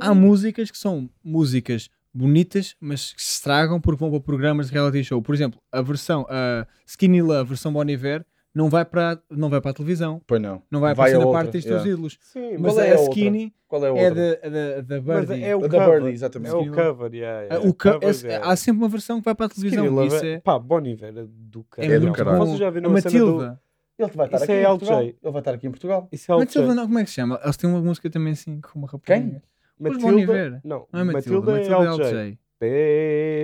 Há músicas que são músicas bonitas, mas que se estragam porque vão para programas de reality show. Por exemplo, a versão a Skinny Love, versão Bon Iver, não vai para, não vai para a televisão. Pois não. Não vai, Vai aparecer a na outra, parte dos yeah. teus ídolos. Sim, Mas Qual é a, a outra? Skinny Qual é a é outra? da, da, da mas Birdie. é o A cover. da Birdie, É exatamente. Skinny o cover, yeah, yeah. Ah, o ca- Covers é- é- há sempre uma versão que vai para a televisão. Skinny Love Isso é- é, Pá, Bon Iver é do é, caralho. muito do caralho. bom. Vocês já viram a uma cena do- Matilda. Ele vai estar Isso aqui é em Portugal. LJ. Ele vai estar aqui em Portugal. Isso é o Matilda, não, como é que se chama? Eles têm uma música também assim, com uma rapariga. Os Bon Iver. Não, Não é Matilda, Matilda, é LJ.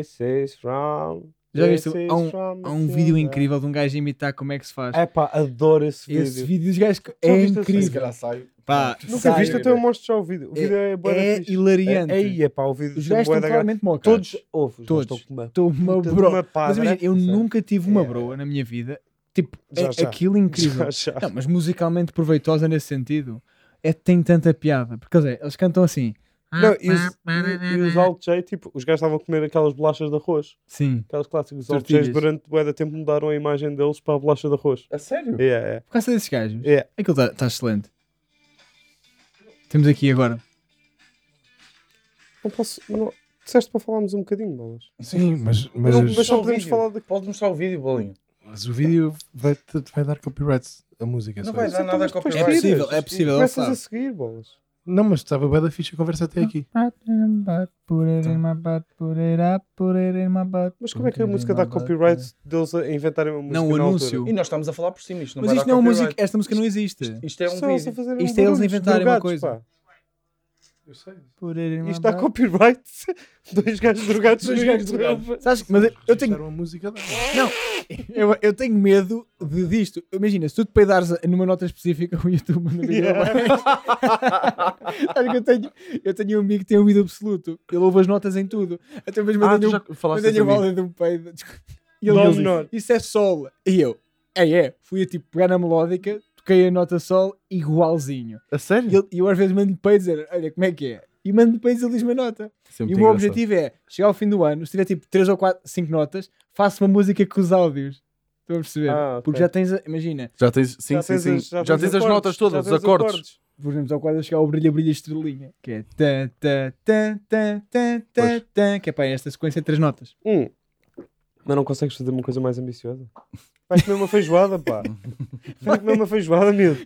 This is from. Já this viste? is Há um- from Há um vídeo Matilda. incrível de um gajo a imitar como é que se faz. É pá, adoro esse vídeo. Esse vídeo dos gajos Já é viste esse Mas se incrível. calhar sai. Pá, Nunca sai. viste, até eu mostro já o vídeo. O vídeo é, bué da Então É fixe. hilariante. É, aí, é pá, o vídeo Os gajos tem bué estão da graça. claramente mocados. Todos, ouve, Todos. todos. com uma Estou uma puta de bro. uma Mas padra. imagina, eu Sim. nunca tive uma É. broa na minha vida. Tipo, Já, é- já. aquilo é incrível. Já, já. Não, mas musicalmente proveitosa nesse sentido. É que tem tanta piada. Porque quer dizer, eles cantam assim. Não, e os, e, e os LJ, tipo, os gajos estavam a comer aquelas bolachas de arroz. Sim. Aquelas clássicas. Os Tortilhas. LJs durante bué da tempo mudaram a imagem deles para a bolacha de arroz. A sério? É, é. Por causa desses gajos. É. Aquilo está excelente. Temos aqui agora. Não posso... Não... Disseste para falarmos um bocadinho, bolas. Sim, mas, mas, Não, mas- só Mostra o podemos vídeo. falar de- Podes mostrar o vídeo, bolinho. mas o vídeo vai, vai dar copyright a música. Não só vai isso. dar nada a então, É copyright. possível, é possível. Ele Começas a sabe. seguir, bolas. Não, mas estava bem da ficha a conversa até aqui. Mas como é que a música dá copyright deles a inventarem uma música? Não, o na altura? anúncio. E nós estamos a falar por cima. Isto não Mas vai isto dar não é uma música. copyright. Esta música não existe. Isto é um Só eles a vídeo. fazerem Isto é eles barulhos inventarem uma drogados, coisa. é pá. Eu sei. Isto dá copyright. Dois gajos drogados. Dois no gajos YouTube. Sabes? Mas eu- eu tenho. a música dela. Não, eu, eu tenho medo de disto. Imagina, se tu te peidares numa nota específica, o YouTube manda vídeo abaixo. Sabes que eu tenho, eu tenho um amigo que tem ouvido absoluto. Ele ouve as notas em tudo. Até mesmo Ah, eu tu tenho, um já eu falaste tenho desse uma vídeo. aula de um peido. E Não, ele diz, não. isso é sol. E eu, é, é. Fui a tipo pegar na melódica, toquei a nota sol igualzinho. A sério? E ele- e eu às vezes mando-lhe peido dizer, olha, como é que é? E mando-lhe peido e ele diz-me a nota. E o meu objetivo é chegar ao fim do ano, se tiver tipo 3 ou 4, 5 notas, faço uma música com os áudios. Estão a perceber? Ah, ok. Porque já tens, a- imagina, Já tens, sim, Já sim, tens sim. as- já tens as acordes, notas já todas, os tens acordes. por exemplo, ao quadro chegar ao brilha, brilha, estrelinha, que é tan, tan, tan, tan, tan, tan, tan, que é pá, esta sequência de 3 notas. Hum. Mas não consegues fazer uma coisa mais ambiciosa? Vais comer uma feijoada, pá. Vai comer uma feijoada, miúdo.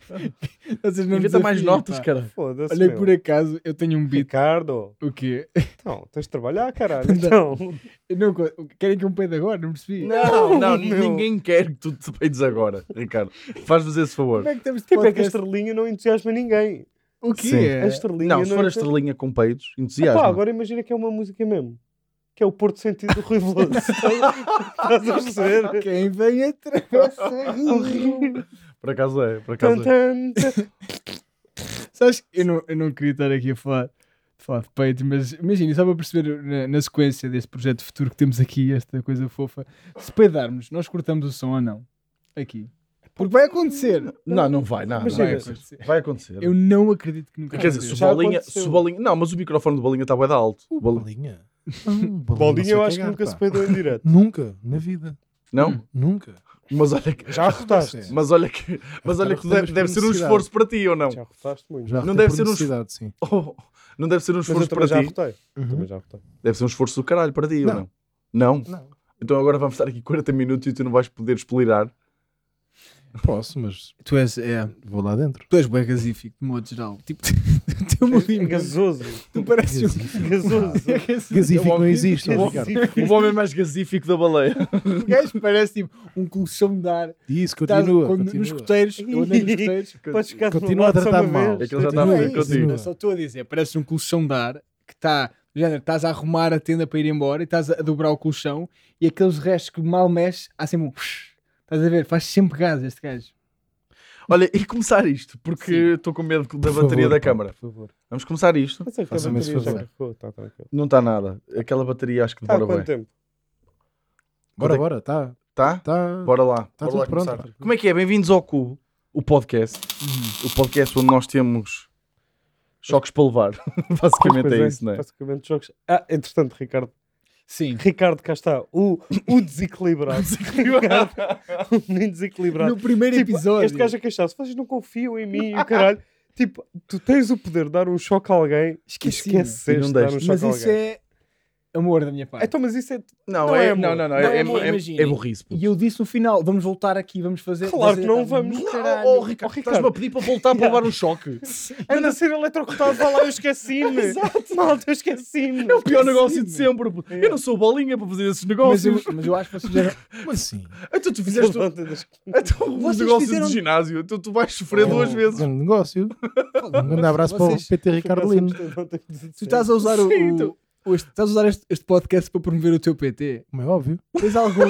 Vocês não me Inventa mais desafiem, notas, pá. cara. Foda-se. Olhei meu. por acaso, eu tenho um beat. Ricardo. O quê? Então, tens de trabalhar, caralho. Então. Eu não co- Querem que eu me peide agora? Não percebi. Não, não, meu. ninguém quer que tu te peides agora, Ricardo. Faz-nos esse favor. Como é que temos de Tipo, é que a podcast? É. estrelinha não entusiasma ninguém. O quê? Sim. A estrelinha Não, se for a entusiasma- estrelinha com peidos, Ah, entusiasmo. pá, agora imagina que é uma música mesmo. Que é o Porto Sentido do Rui Veloso. Estás a perceber? Quem vem atravessa rio. Por acaso é, por Tan, acaso é. tan, tan. Sabes, que eu não, eu não queria estar aqui a falar, de falar de peito, mas imagina, só para perceber na, na sequência deste projeto futuro que temos aqui, esta coisa fofa, se peidarmos, nós cortamos o som ou não? Aqui. Porque vai acontecer. Não, não vai, não, não Mas vai chega. acontecer. acontecer. Vai acontecer. Eu não acredito que nunca Quer dizer, se o aconteça. Já bolinha, aconteceu. se o bolinha. Não, mas o microfone do bolinha está bem alto. O bolinha- Bolinha. Hum, Bolinha eu só acho que cagar, nunca se pá. peidou em direto. Nunca, na vida. Hum. Não? Nunca. Mas olha que. Já rotaste. Mas olha que, mas olha que Estamos deve, deve por ser um necessidade. esforço para ti ou não? Já rotaste muito. Já Não rotei deve por ser um- necessidade, sim. Oh, não deve ser um Mas eu esforço também para já ti. rotei. Uhum. Também já rotei. Deve ser um esforço do caralho para ti ou não? Não. Não? Não. Então agora vamos estar aqui 40 minutos e tu não vais poder explirar. Posso, mas Tu és, é, vou lá dentro. tu és bem gasífico, de modo geral. Tipo, tu- tu, É tu, gasoso. É tu pareces um Gasífico Gasoso. Gasífico não existe, ó, Ricardo. Gasífico. O homem mais gasífico da baleia. o gajo, parece tipo um colchão de ar. Estás- Isso, continua. Tá, quando- continua. Nos coteiros, eu andei nos coteiros. Podes ficar de um Continua a lado só tratar uma mal. vez. É que ele já está a Não é fazer isso, contigo. eu só estou a dizer, parece um colchão de ar que está, do género, estás a arrumar a tenda para ir embora e estás a dobrar o colchão e aqueles restos que mal mexe, há sempre um. Estás a ver? Faz sempre gás este gajo. Olha, e começar isto, porque estou com medo da Por bateria favor, da pá, câmara. Por favor. Vamos começar isto. Mas é que a Faça-me esse bateria já favor. carregou, tá tranquilo. Não está nada. Aquela bateria acho que Tá há demora quanto bem. tempo? Bora, Quanto é- bora, tá. Tá? Tá. Bora lá. Tá Bora lá tudo pronto. começar. Como é que é? Bem-vindos ao Cubo, o podcast. O podcast onde nós temos choques para levar. Basicamente Pois é isso, não é? Basicamente jogos. Ah, entretanto, Ricardo. Sim. Ricardo, cá está. O, o desequilibrado. Ricardo, o menino desequilibrado. No primeiro Tipo, episódio. Este gajo a queixar-se. Vocês não confiam em mim e o caralho. Tipo, tu tens o poder de dar um choque a alguém e Esqueci-me. esqueces E não de dar um deixas. choque Mas a isso alguém. é amor da minha parte. Então, mas isso é... Não, Não é, é amor. não, não, não, Não é, é é, amor, é, imagina. é burrice. puto. E eu disse no final, vamos voltar aqui, vamos fazer... Claro fazer- que não vamos, Não, caralho. Oh, Ricardo, Ricardo, Oh, Ricardo. estás-me a pedir para voltar para levar um choque. Anda a ser eletrocutado, vá lá, eu esqueci-me. Exato. Malta, eu esqueci-me. É o pior negócio de sempre. puto. Eu não sou bolinha para fazer esses oh, Mas eu, negócios. mas eu acho que vocês já... Como assim? Então tu fizeste um- então, um Vocês negócio fizeram- de ginásio. Então tu vais sofrer duas Um vezes. Grande negócio. Um grande abraço para o Vocês- PT Ricardo Lino. Tu estás a usar o... Sim, o- então. o este- estás a usar este, este podcast para promover o teu PT. Como é óbvio. Tens algum...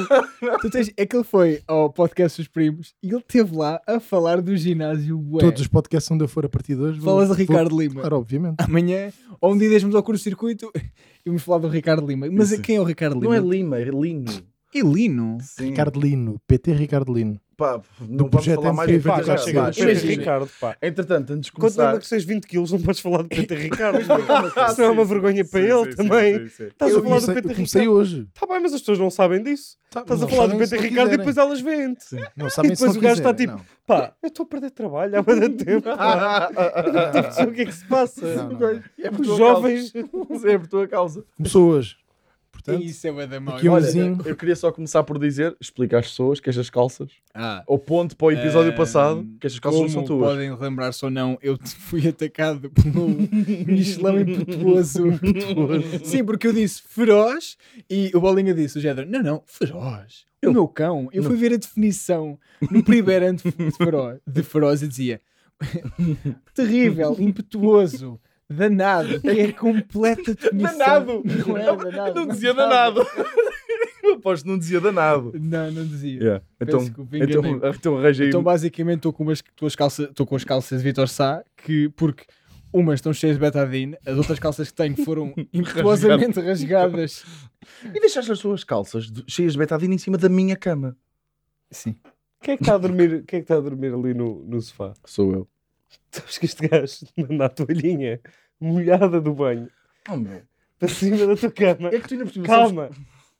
tu tens... É que ele foi ao podcast dos primos e ele esteve lá a falar do ginásio. Ué. Todos os podcasts onde eu for a partir de hoje. vou- Falas a vou- Ricardo Lima. Claro, obviamente. Amanhã, ou um dia deixamos ao curto-circuito e vamos falar do Ricardo Lima. Mas Isso. quem é o Ricardo Lima? Não é Lima, é Lino. Elino? Sim. Ricardo Lino. PT Ricardo Lino. Pá, não vamos projeto falar mais MP, é de vá, Pedro já Ricardo. chega. Vá, Pedro chega. Ricardo, pá. Entretanto, antes de Quando começar... lembra que tens 20 quilos, não podes falar do Peter Ricardo. Isso Sim, não é uma sim, vergonha sim, para sim, ele sim, também. sim, sim, sim. Estás eu a falar do comecei, eu Peter comecei Ricardo. hoje. Está Tá bem, mas as pessoas não sabem disso. Estás a falar do Peter Ricardo e depois elas vêem te Não sabem se depois não o gajo tá, tipo, está quiserem, não. Pá, eu estou a perder trabalho há bastante tempo. Ah, pá. Tipo, sei o que é que se passa? Não, não, não. É por Os tua jovens. causa. É por tua causa. Começou hoje. Portanto, Isso é bué da mau. aqui um Olha, vizinho. eu queria só começar por dizer, explica às pessoas que estas calças, Ah, ou ponto para o episódio Ehm, Ah, passado, que estas calças como não são tuas. podem lembrar-se ou não, eu te fui atacado pelo Michelão impetuoso. Sim, porque eu disse feroz e o Bolinha disse, o Gédra, não, não, feroz. O Eu- meu cão. Eu fui ver a definição no primeiro de feroz, de feroz e dizia terrível, impetuoso, danado, que é a completa definição. Danado! Não era danado. Não dizia danado. Eu aposto que não dizia danado. Não, não dizia. Yeah. Então, Peço desculpa, então, enganei-me. então arranja aí. Então, basicamente, estou com, umas, tuas calças, estou com as calças de Vitor Sá, que, porque umas estão cheias de betadine, as outras calças que tenho foram um- impetuosamente rasgadas. E deixaste as tuas calças de- cheias de betadine em cima da minha cama. Sim. Quem é que está a dormir, quem é que está a dormir ali no, no sofá? Sou eu. Sabes que este gajo manda a toalhinha molhada do banho Oh, meu. para cima da tua cama. É que tu ainda por cima sabes- Calma!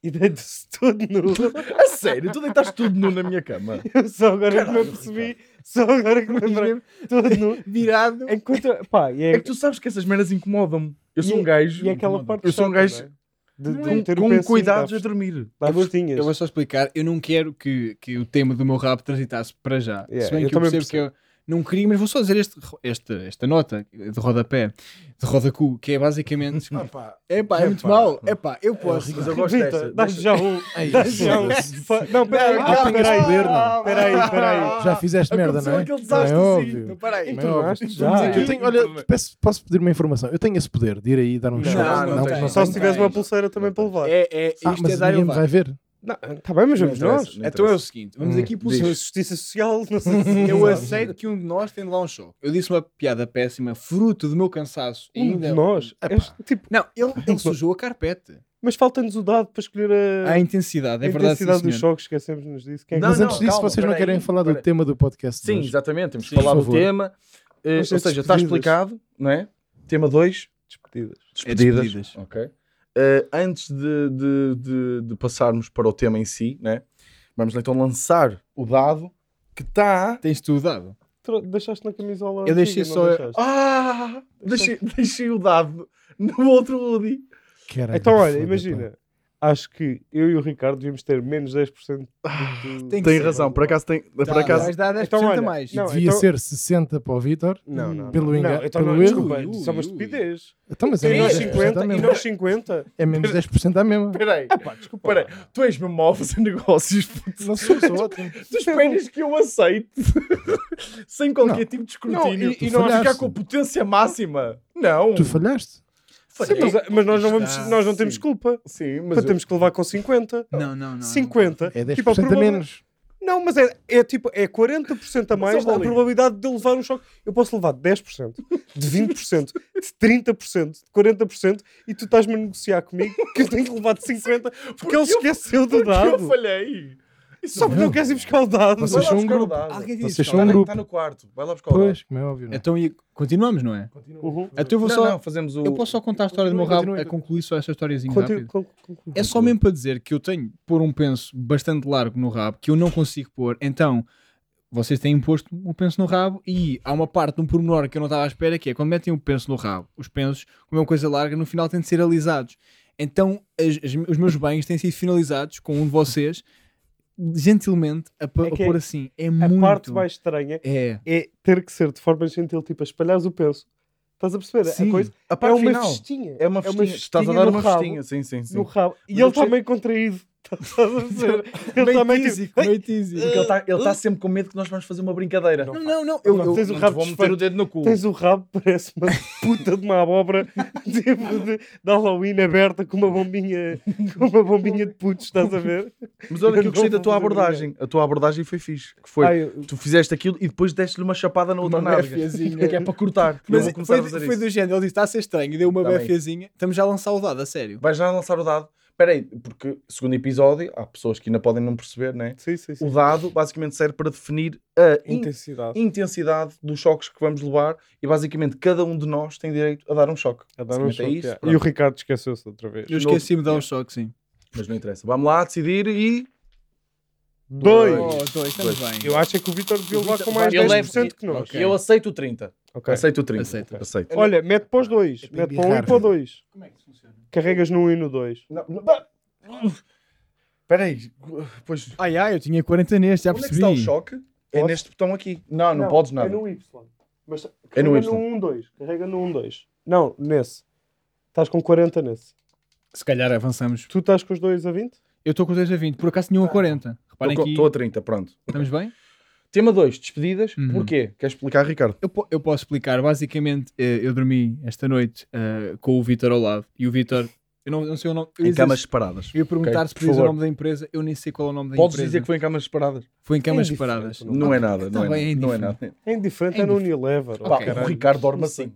E deito-se todo nu. A sério, tu deitaste tudo nu na minha cama. Eu só agora que me apercebi. Só agora que me lembrei. Todo nu. Virado. Enquanto. Pá, e é, É que tu sabes que essas merdas incomodam-me. Eu sou E- um gajo e é aquela incomoda. parte. Eu sou um chata, gajo não é? De- de com, meter o com pezinho, cuidados dá- a dormir. dá voltinhas. Eu vou só explicar. Eu não quero que, que o tema do meu rabo transitasse para já. Yeah, Se bem eu que eu também percebo, que eu não queria, mas vou só dizer este, este- esta nota de rodapé, de rodacu, que é basicamente. É pá, é muito mau. É pá, eu posso. Mas eu gosto desta. Rita, dá já um. Ei, Dá já um. foda-se. Fa- Não, peraí, Não, calma, não, peraí. não, não. Peraí, peraí. Já fizeste merda, Aconteceu não é? aquele Não desastre é assim. óbvio. Para aí. Não é Tu óbvio. gastas Mas já. é que eu tenho- olha, peço, posso pedir uma informação? Eu tenho esse poder de ir aí dar um Não, choque. não, não tens. Só se Não tivesse tens. uma pulseira também para levar. É, é, Ah, isto mas é dar ninguém me vai ver. Está tá bem, mas vamos nós. Então é o seguinte, vamos Hum, aqui pelo diz. Se é seu Justiça social, não sei se. é Eu aceito que um de nós tem de lá um show. Eu disse uma piada péssima, fruto do meu cansaço. Um ainda... é de nós. Epá. Este- tipo, Não, ele, ele sujou a carpete. mas falta-nos o dado para escolher a, A intensidade, é a verdade. intensidade sim, dos senhor. choques. Esquecemos-nos disso. Quem é que- Não, mas não, antes disso, calma, vocês não peraí, querem falar do peraí. tema do podcast de Sim, hoje. exatamente. Temos que Sim. falar Por do favor. tema. Eh, Mas ou as seja, está despedidas. explicado, não é? Tema 2. Despedidas. Despedidas. É despedidas. Ok. Eh, antes de, de- de- de passarmos para o tema em si, né? vamos então lançar o dado que tá- está. Tens tu o dado? Tro- Deixaste na camisola. Eu deixei antiga, só- não deixaste? Ah! Deixei, deixei o dado no outro Woody. Caralho, Então, olha, foda, imagina. Acho que eu e o Ricardo devíamos ter menos 10% do. do- Tem que Tem ser. razão, por acaso tem. Dá, por acaso, Vais dar 10% Então, olha, a mais. não, pá. Devia então- ser 60 para o Vitor. Não, não. Pelo não. enga- Não, então pelo não, erro. desculpa, Ui, isso é uma ui, ui. estupidez. Então, mas é E nós menos 10% à 50, e mesma. nós 50. É menos 10% à mesma. Peraí, Pá, desculpa. peraí. lá. Tu és mesmo mau a fazer negócios. puto. Não sou, sou ótimo. Tu esperas que eu aceite sem qualquer Não. tipo de Não, escrutínio. e- Tu e não falhaste. ficar com a potência máxima. Não. Tu falhaste. Sim, mas, mas nós não, vamos, Está, nós não sim. temos culpa. Sim, mas Pá, eu- temos que levar com 50. Não, não, não. 50. É Tipo, 10% a a probabilidade- menos. Não, mas é, é tipo, é 40% a mais Mas, ó, da Paulinho. probabilidade de eu levar um choque. Eu posso levar de 10%, de 20%, de 30%, de 40% e tu estás-me a negociar comigo que eu tenho que levar de 50% porque, ele eu- esqueceu do porque eu dado. falhei. Só porque não queres ir buscar o dado. Vocês Vai lá são um buscar o grupo. dado. Alguém disse Vocês isso, são um Está grupo. tá no quarto. Vai lá buscar o dado. Pois, como é óbvio. não é? Então e continuamos, não é? Uhum. Então eu vou Não, só. não, fazemos o. Eu posso só contar a história do meu Continua, rabo, continua. a concluir só esta historiazinha Continu- rápida. con- conclua. É só mesmo para dizer que eu tenho que pôr um penso bastante largo no rabo, que eu não consigo pôr, então vocês têm imposto um penso no rabo e há uma parte de um pormenor que eu não estava à espera que é quando metem o penso no rabo, os pensos, como é uma coisa larga, no final têm de ser alisados. Então as- as- os meus banhos têm sido finalizados com um de vocês, gentilmente, a, pa- É a que pôr assim. É A muito. parte mais estranha É. é ter que ser de forma gentil, tipo, a espalhares o penso. Estás a perceber? Sim. A coisa A é parte uma final. festinha. É uma festinha. Estás a dar no uma rabo, festinha, sim, sim, sim. No rabo. E Mas ele eu está percebo- meio contraído. Estás a perceber? ele Meio está meio tipo, tísico, meio tísico. Porque ele tá- está sempre com medo que nós vamos fazer uma brincadeira. Não, não, não. Eu, Não, eu- tens o te rabo vou meter desfeito. o dedo no cu. Tens o rabo, parece uma puta de uma abóbora tipo de, de Halloween aberta com uma bombinha, com uma bombinha de putos, estás a ver? Mas olha que eu Eu gostei não da tua vou fazer abordagem. A tua abordagem foi fixe. Que foi, Ai, eu- tu fizeste aquilo e depois deste-lhe uma chapada na outra Uma nádega. befiazinha. Que é para cortar. porque eu Mas vou começar a foi, fazer foi isso. do género. Ele disse: está a ser estranho. E deu uma Tá bem. befiazinha. Estamos já a lançar o dado, a sério. Vais já lançar o dado. Espera aí, porque segundo episódio, há pessoas que ainda podem não perceber, né? Sim, sim, sim. O dado basicamente serve para definir a in- Intensidade. intensidade dos choques que vamos levar e basicamente cada um de nós tem direito a dar um choque. A dar um Basicamente choque, é isso. yeah. E Pronto. o Ricardo esqueceu-se outra vez. Eu esqueci-me de dar um choque, sim. Mas não interessa. Vamos lá decidir e. Dois! Oh, então, dois, estamos bem. Eu acho é que o Vitor devia O levar Vítor- com mais Ele 10% leva- que nós. Ok. Eu aceito o 30. Ok. Aceito o 30. Aceito. Aceito. Olha, mete para os dois. Eu tenho Mete que para um e errar. para o dois. Como é que funciona? Carregas no um e no dois. Espera aí. Pois. Ai, ai, eu tinha 40 neste, já Onde é que percebi. está o choque? É Posso? neste botão aqui. Ah, Não, não, podes nada. É no Y. Mas É carrega no no, Y. 1, 2. Carrega no 1, 2. Não, nesse. Estás com 40 nesse. Se calhar avançamos. Tu estás com os dois a 20? Eu estou com 2 a 20, por acaso tinha um a Ah. 40. Reparem aqui, Estou a 30, pronto. estamos bem? Tema 2, despedidas. Uhum. Porquê? Queres explicar, Ricardo? Eu, po- eu posso explicar, basicamente, eh, eu dormi esta noite eh, com o Vitor ao lado e o Vitor, eu não, não sei o nome. Eu ia, dizer- separadas. eu ia perguntar Ok, se por podia dizer o favor. nome da empresa, eu nem sei qual é o nome da Podes empresa. dizer que foi em camas separadas. foi em camas indiferente, separadas. não. Não é nada, não é, Tá bem, nada, não é é nada. É indiferente, É é no Unilever. Pá, Ok. O Ricardo dorme assim.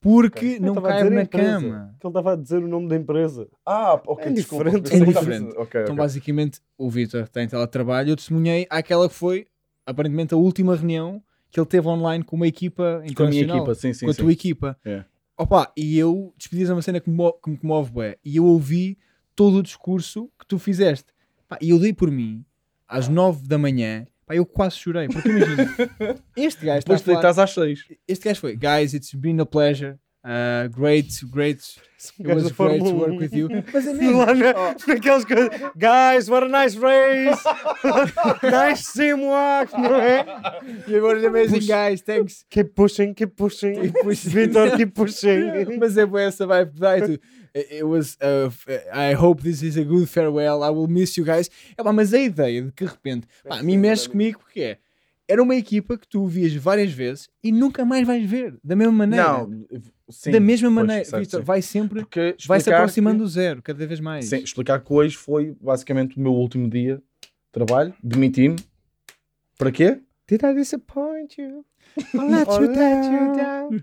Porque não estava a dizer caiu a na empresa. cama. Que ele estava a dizer o nome da empresa. Ah, ok, É desculpa. diferente. Pensei É que estava- diferente. Ok, Então, ok. basicamente, o Vitor está em teletrabalho. Eu testemunhei àquela que foi, aparentemente, a última reunião que ele teve online com uma equipa internacional. Com a minha equipa, sim, sim. com a sim. tua equipa. É. Opa, e eu despedias uma cena que me, mo- que me comove, bué, e eu ouvi todo o discurso que tu fizeste. Pá, e eu dei por mim às nove da manhã, pá, eu quase chorei, porque imagina, este gajo está a Depois te falar- deitas às 6. este gajo foi, guys, it's been a pleasure. uh, great, great, it gajo was da great to um. Fórmula work 1. with you. Mas é mesmo, Lá na, naquelas coisas. Guys, what a nice race! nice teamwork, não é? you were amazing guys, thanks. Keep pushing, keep pushing. Keep pushing. Vitor, keep pushing. Mas é boa essa vibe que dá e tu, "It- It was, uh, f- I hope this is a good farewell, I will miss you guys. É, pá, mas a ideia de que de repente, pá, a mim mexe comigo porque é, era uma equipa que tu vias várias vezes e nunca mais vais ver, da mesma maneira. Não, sim. da mesma pois, maneira, certo, Vitor, sim. vai sempre, Porque vai se explicar aproximando que- do zero, cada vez mais. Sim, explicar que hoje foi basicamente o meu último dia de trabalho. Demiti-me. Para quê? Did I disappoint you? I'll let I'll you let you down.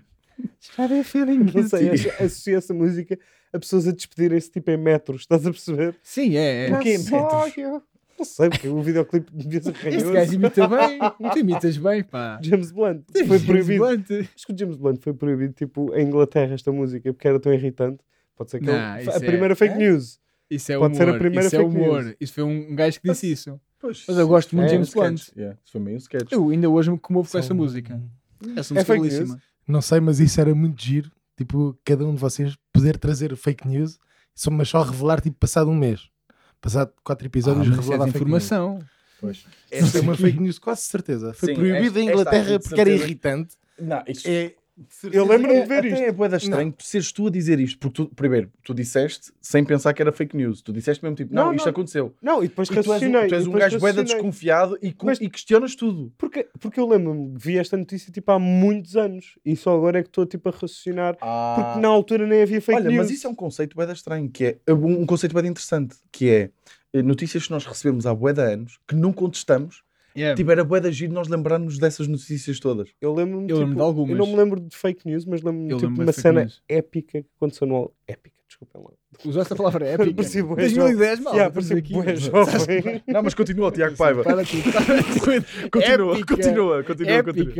down. Start a feeling Não sei, assim. guilty. acho- associo essa música a pessoas a despedirem-se tipo em metros, estás a perceber? Sim, é. é. Porquê, I saw you. Não sei, porque o videoclipe devia ser Este ranhoso. gajo imita bem, tu imitas bem, pá. James Blunt. Foi proibido. Blunt. Acho que o James Blunt foi proibido, tipo, em Inglaterra, esta música, porque era tão irritante. Pode ser que Não, ele- isso a é- primeira fake é? news. Isso é humor. Pode ser a primeira isso é fake news. humor. Isso foi um um gajo que disse isso. Pois, Mas eu gosto muito de é um James Blunt. sketch. Yeah, isso foi meio um sketch. Eu ainda hoje me comovo com essa São- música. Essa É música é fake belíssima. Não sei, mas isso era muito giro. Tipo, cada um de vocês poder trazer fake news, só- mas só revelar, tipo, passado um mês. Passado quatro episódios, Ah, mas isso é revelar a fake news. informação. Pois. Essa é uma fake news, quase certeza. Foi Sim, proibida em esta- esta Inglaterra aqui, de porque era certeza. irritante. Não, isto- É, Eu lembro-me É, de ver até isto. é bué da estranho tu seres tu a dizer isto, porque tu, primeiro, tu disseste sem pensar que era fake news, tu disseste mesmo tipo, não, Não, isto não. aconteceu. Não, e depois E tu és um, raciocinei. tu és e um depois gajo bué da raciocinei. desconfiado e, com- Mas- e questionas tudo. Porque, porque eu lembro-me que vi esta notícia tipo há muitos anos e só agora é que estou tipo a raciocinar. Porque é na altura nem havia fake Ah. Olha, news. mas isso é um conceito bué da estranho, que é um um conceito bué da interessante, que é eh, notícias que nós recebemos há bué de anos, que não contestamos, Yeah. tiver a bué de giro nós lembrarmos dessas notícias todas. Eu lembro-me Eu tipo, lembro de algumas. Eu não me lembro de fake news, mas lembro-me Eu tipo, de lembro-me uma de fake cena news. épica que aconteceu no. Épica, desculpem lá. Tipo, Usaste a palavra épica. Parecia bué 2010, mal. Yeah, estamos parecia aqui. bué jovem. Não, mas continua, Tiago Paiva. Para aqui. Continua, Continua, Épica. continua, continua, continua.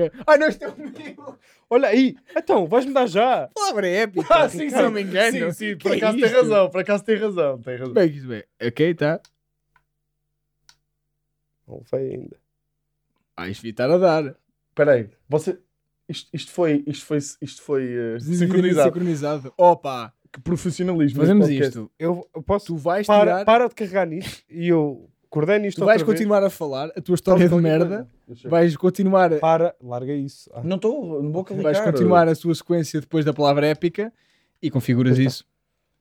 Épica. Ai, não, isto é o meu. Olha aí, então, vais-me dar já. Palavra é épica. Ah, sim, se não sim. me engano. Sim, Que sim, por é acaso tem isto? é razão, por acaso tem razão, tem razão. Bem, isso bem. Ok, tá. Não vai ainda. Ah, isto devia estar a dar. Espera aí, você. Isto, isto foi. Isto foi. Isto foi eh, sincronizado. Sincronizado. Opa! Que profissionalismo. Fazemos este um podcast. isto. Eu eu posso. Tu vais Para, tirar. para de carregar nisto e eu coordeno isto Tu vais outra vez. continuar a falar a tua história de Qualquer merda. coisa. é Deixa eu- Vais continuar a- Para, larga isso. Ah, Não estou, não vou é clicar. Vais continuar a sua sequência depois da palavra épica e configuras isso.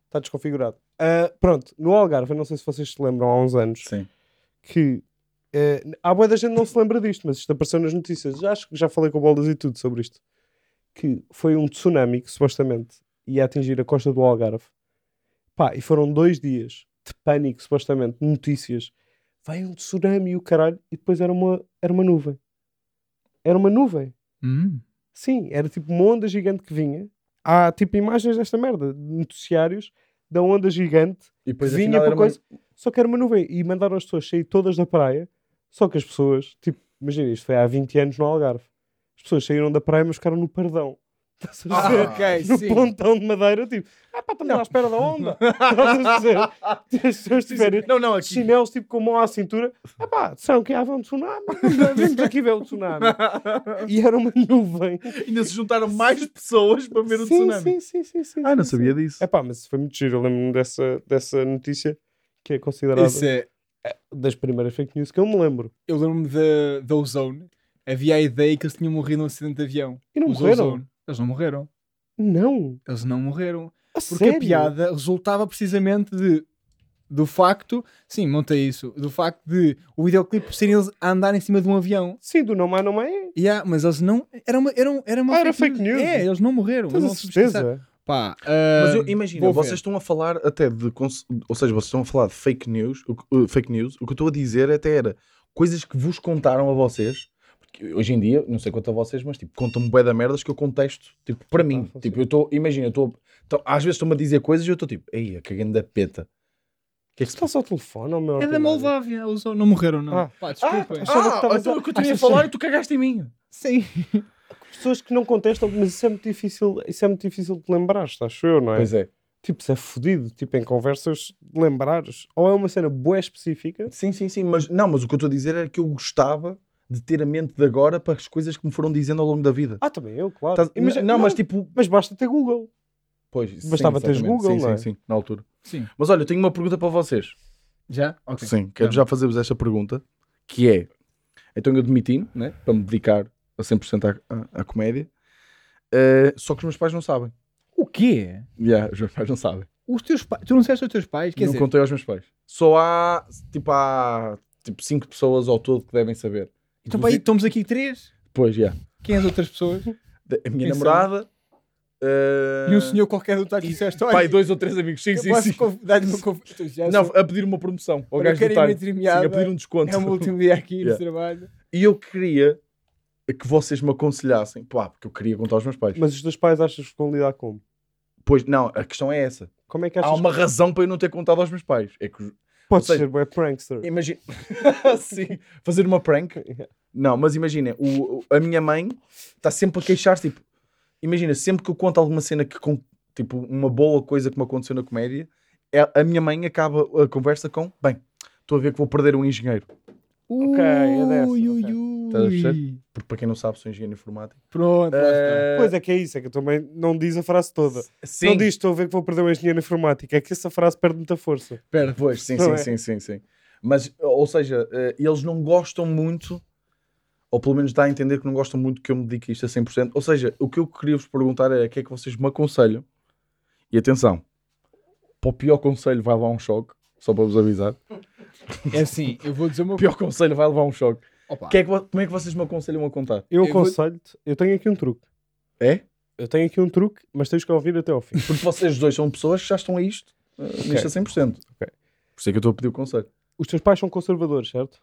está tá desconfigurado. Ah, pronto, no Algarve, eu não sei se vocês se lembram há uns anos, Sim. que eh, há boa da gente não se lembra disto, mas isto apareceu nas notícias. Já, acho que já falei com o Bolas e tudo sobre isto. Que foi um tsunami que supostamente ia atingir a costa do Algarve. Pá, e foram dois dias de pânico, supostamente, de notícias. Vai um tsunami e o caralho, e depois era uma, era uma nuvem. Era uma nuvem. Hum. Sim, era tipo uma onda gigante que vinha. Há tipo imagens desta merda, de noticiários da onda gigante E depois vinha afinal para era uma- coisa- só que era uma nuvem e mandaram as pessoas sair todas da praia. Só que as pessoas, tipo, imagina isto, foi há 20 anos no Algarve. As pessoas saíram da praia, mas ficaram no Pardão. Estás a Ah, dizer? Ah, ok, no pontão de madeira, tipo, ah pá, estamos lá à espera da onda. Estás a dizer? As pessoas tiverem Não, não, aqui. chinelos tipo com a mão à cintura, ah pá, disseram que ia haver um tsunami. Vimos aqui ver o tsunami. E era uma nuvem. Ainda se juntaram mais pessoas para ver o sim, tsunami. Sim, sim, sim, sim. Ah, não sim, sabia sim. disso. É pá, mas foi muito giro. Eu lembro-me dessa, dessa notícia que é considerada Isso é. das primeiras fake news que eu me lembro. Eu lembro-me da, da Ozone. Havia a ideia que eles tinham morrido num acidente de avião. E não Os morreram? Ozone. Eles não morreram. Não. Eles não morreram. A Porque sério? a piada resultava precisamente de, do facto, sim, montei isso, do facto de o videoclipe serem eles a andar em cima de um avião. Sim, do não mais não é. E há- mas eles não. Era uma. Era, um- era, uma Ah, era fake news. É, eles não morreram. Tens eles a não substanciaram. certeza? Pá, Mas eu ah, imagino, vou ver. vocês estão a falar até de. cons- Ou seja, vocês estão a falar de fake news. O, que- uh, fake news. o que eu estou a dizer até era coisas que vos contaram a vocês. Porque hoje em dia, não sei quanto a vocês, mas tipo, contam-me bué da merdas que eu contesto. Tipo, para mim. funciona. tipo, eu estou. Imagina, eu estou. Então, às vezes estão-me a dizer coisas e eu estou tipo, ei, a cagando da peta. O que é que Se se estás ao telefone, ao meu É da ordenado. Moldávia. Eles não morreram, não. Ah. Pá, desculpem. Achava que estavas a- então eu continuei achas- e é tu cagaste em mim. sim. Pessoas que não contestam, mas isso é muito difícil, isso é muito difícil de lembrar, acho eu, não é? Pois é. Tipo, isso é fodido, tipo, em conversas, de lembrares. Ou é uma cena boa específica, Sim, sim, sim, mas não, mas o que eu estou a dizer era que eu gostava de ter a mente de agora para as coisas que me foram dizendo ao longo da vida. ah, também eu, claro. Estás- Imagina- não, mas tipo, mas basta ter Google. pois, sim, Bastava teres exatamente. Google, sim, não é? sim, sim, na altura. Sim. Mas olha, eu tenho uma pergunta para vocês. Já? Ok. Sim, quero já fazer-vos esta pergunta, que é, então eu demiti-me, né, para me dedicar a 100% à, à, à comédia, eh, só que os meus pais não sabem. O quê? Yeah, os meus pais não sabem. Os teus pais. Tu não disseste aos teus pais? Quer não dizer, contei aos meus pais. Só há, tipo, há, tipo, cinco pessoas ao todo que devem saber. então, pá, aí estamos aqui três. Pois, já. Quem é as outras pessoas? A minha Quem são? namorada... eh, é- E um senhor qualquer do táxi disseste: Olha, Pai, dois ou três amigos, sim, eu sim, posso sim. conv- dar-lhe uma conversa. Já Não, sou- a pedir uma promoção ao Olha, eu gajo quero do ir meio time. Sim, a tremiada. pedir um desconto. É o meu último dia aqui Yeah. no trabalho. E eu queria que vocês me aconselhassem. Pá, porque eu queria contar aos meus pais. Mas os teus pais achas que vão lidar como? Pois, não, a questão é essa. Como é que achas Há uma razão para eu não ter contado aos meus pais. É que, que pode ou seja, ser bué prankster? imagina... Sim, fazer uma prank. Não, mas imagina, o, o- a minha mãe está sempre a queixar-se, tipo... Imagina, sempre que eu conto alguma cena que... con- tipo, uma boa coisa que me aconteceu na comédia, é- a minha mãe acaba a conversa com... Bem, estou a ver que vou perder um engenheiro. Ok, é dessa, Ui, ok. ui, Estás a ui. perceber? Porque para quem não sabe, sou engenheiro informático. Eh, Pronto, lá está. Pois é que é isso, é que eu também não diz a frase toda. Sim. Não diz estou a ver que vou perder o engenheiro informático, é que essa frase perde muita força. Espera. Pois, sim, Não sim, é? sim, sim, sim. Mas, ou seja, eh, eles não gostam muito, ou pelo menos dá a entender que não gostam muito que eu me dedique a isto a 100%. Ou seja, o que eu queria vos perguntar é o que é que vocês me aconselham. E atenção, para o pior conselho vai levar um choque, só para vos avisar. É assim, eu vou dizer uma O pior conselho vai levar um choque. Opa. Que é que vo- como é que vocês me aconselham a contar? Eu, Eu vou- aconselho-te, eu tenho aqui um truque. É? Eu tenho aqui um truque, mas tens que ouvir até ao fim. Porque vocês dois são pessoas que já estão a isto, eh, nisto a 100%. Ok. Por isso é que eu estou a pedir o conselho. Os teus pais são conservadores, certo?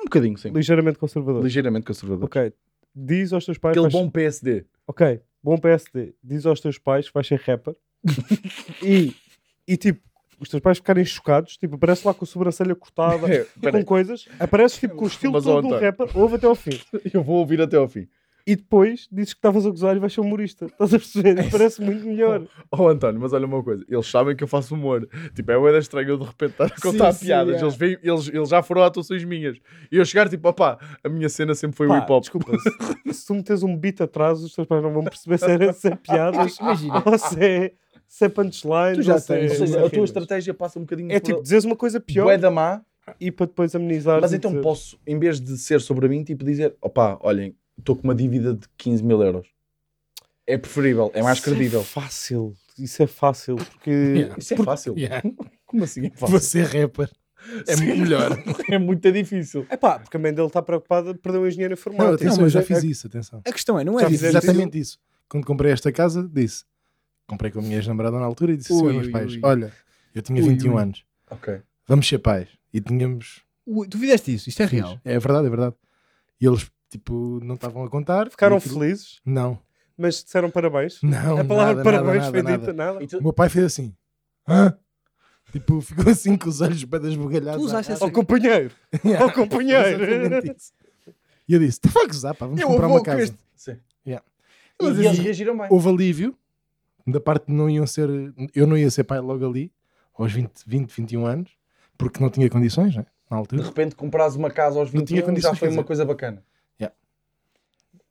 Um bocadinho, sim. Ligeiramente conservadores. Ligeiramente conservador. Ok. Diz aos teus pais. Aquele vais- bom PSD. Ok, bom PSD. Diz aos teus pais que vais ser rapper. e, e tipo, os teus pais ficarem chocados, tipo, aparece lá com a sobrancelha cortada. É, com peraí, coisas, aparece tipo com o estilo Mas, todo ó, de um António. rapper, ouve até ao fim. eu vou ouvir até ao fim. e depois dizes que estavas a gozar e vais ser humorista. Estás a perceber? Parece muito melhor. Oh, António, mas olha uma coisa, eles sabem que eu faço humor. Tipo, é uma estranha eu de repente estar a contar sim, piadas. é. Eles, veem, eles, eles já foram a atuações minhas. E eu chegar, tipo, opá, a minha cena sempre foi o Pá, hip hop. Desculpa, se, se tu meteres um beat atrás, os teus pais não vão perceber se era se é piadas Imagina. ou se é, se é punchline. Tu já ou se é- tens, Ou seja, a Rimas. tua estratégia passa um bocadinho É por- tipo, dizes uma coisa pior bué da má, e para depois amenizar. Mas e então dizer- posso, em vez de ser sobre mim, tipo dizer: opá, olhem, estou com uma dívida de 15 mil euros. É preferível, é mais Isso credível. fácil. Isso é fácil. Porque Yeah. Isso é fácil. Yeah. Como assim é fácil? Vou ser rapper. É muito melhor. É muito difícil. É pá, porque a mãe dele está preocupada, perdeu um engenheiro Não, informático. atenção, eu já é- fiz é- isso, atenção. A questão é, não é Já Fiz difícil. fizeste exatamente isso. Quando comprei esta casa, disse. Comprei com a minha ex-namorada na altura e disse assim Ui, aos meus ui, pais: ui. Olha, eu tinha Ui, 21 ui. anos, Ok. vamos ser pais. E tínhamos. Ui, Tu fizeste isso, isto é real. É verdade, é verdade. E eles, tipo, não estavam a contar. Ficaram E aquilo- felizes, Não, mas disseram parabéns. não. É a palavra nada, parabéns nada, foi nada, dita, nada. nada. E tu- O meu pai fez assim: Hã? Tipo, ficou assim com os olhos bem desbugalhados. Tu usaste essa- Ao companheiro, ao companheiro. Exatamente isso. E eu disse: estava a gozar, pá, vamos comprar uma casa. Sim. Yeah. E, Mas e eles isso- reagiram bem. houve alívio da parte de não iam ser, eu não ia ser pai logo ali, aos 20, 20 21 anos, porque não tinha condições, né? na De altura. repente comprares uma casa aos Não 21 tinha já condições, foi quer uma dizer. coisa bacana.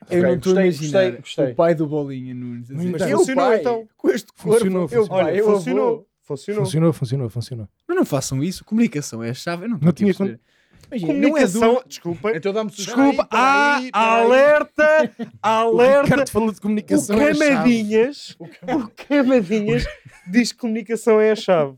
Eu Ok, não estou a gostei, imaginar gostei, gostei. o pai do Bolinha Nunes. a Não, dizer, mas "Eu, funcionou, pai, então. Com este Funcionou, corpo, eu, funcionou. pai, Olha, eu avô." funcionou. Funcionou. Funcionou, funcionou, funcionou. Mas não façam isso. Comunicação é a chave. Eu não, Não estou tinha aqui a perceber. Imagina, não é Comunicação, duro. desculpa. Então dá-me Desculpa, ah, alerta, O alerta. Ricardo falou de O comunicação. é a chave. Camadinhas, o Camadinhas diz que comunicação é a chave.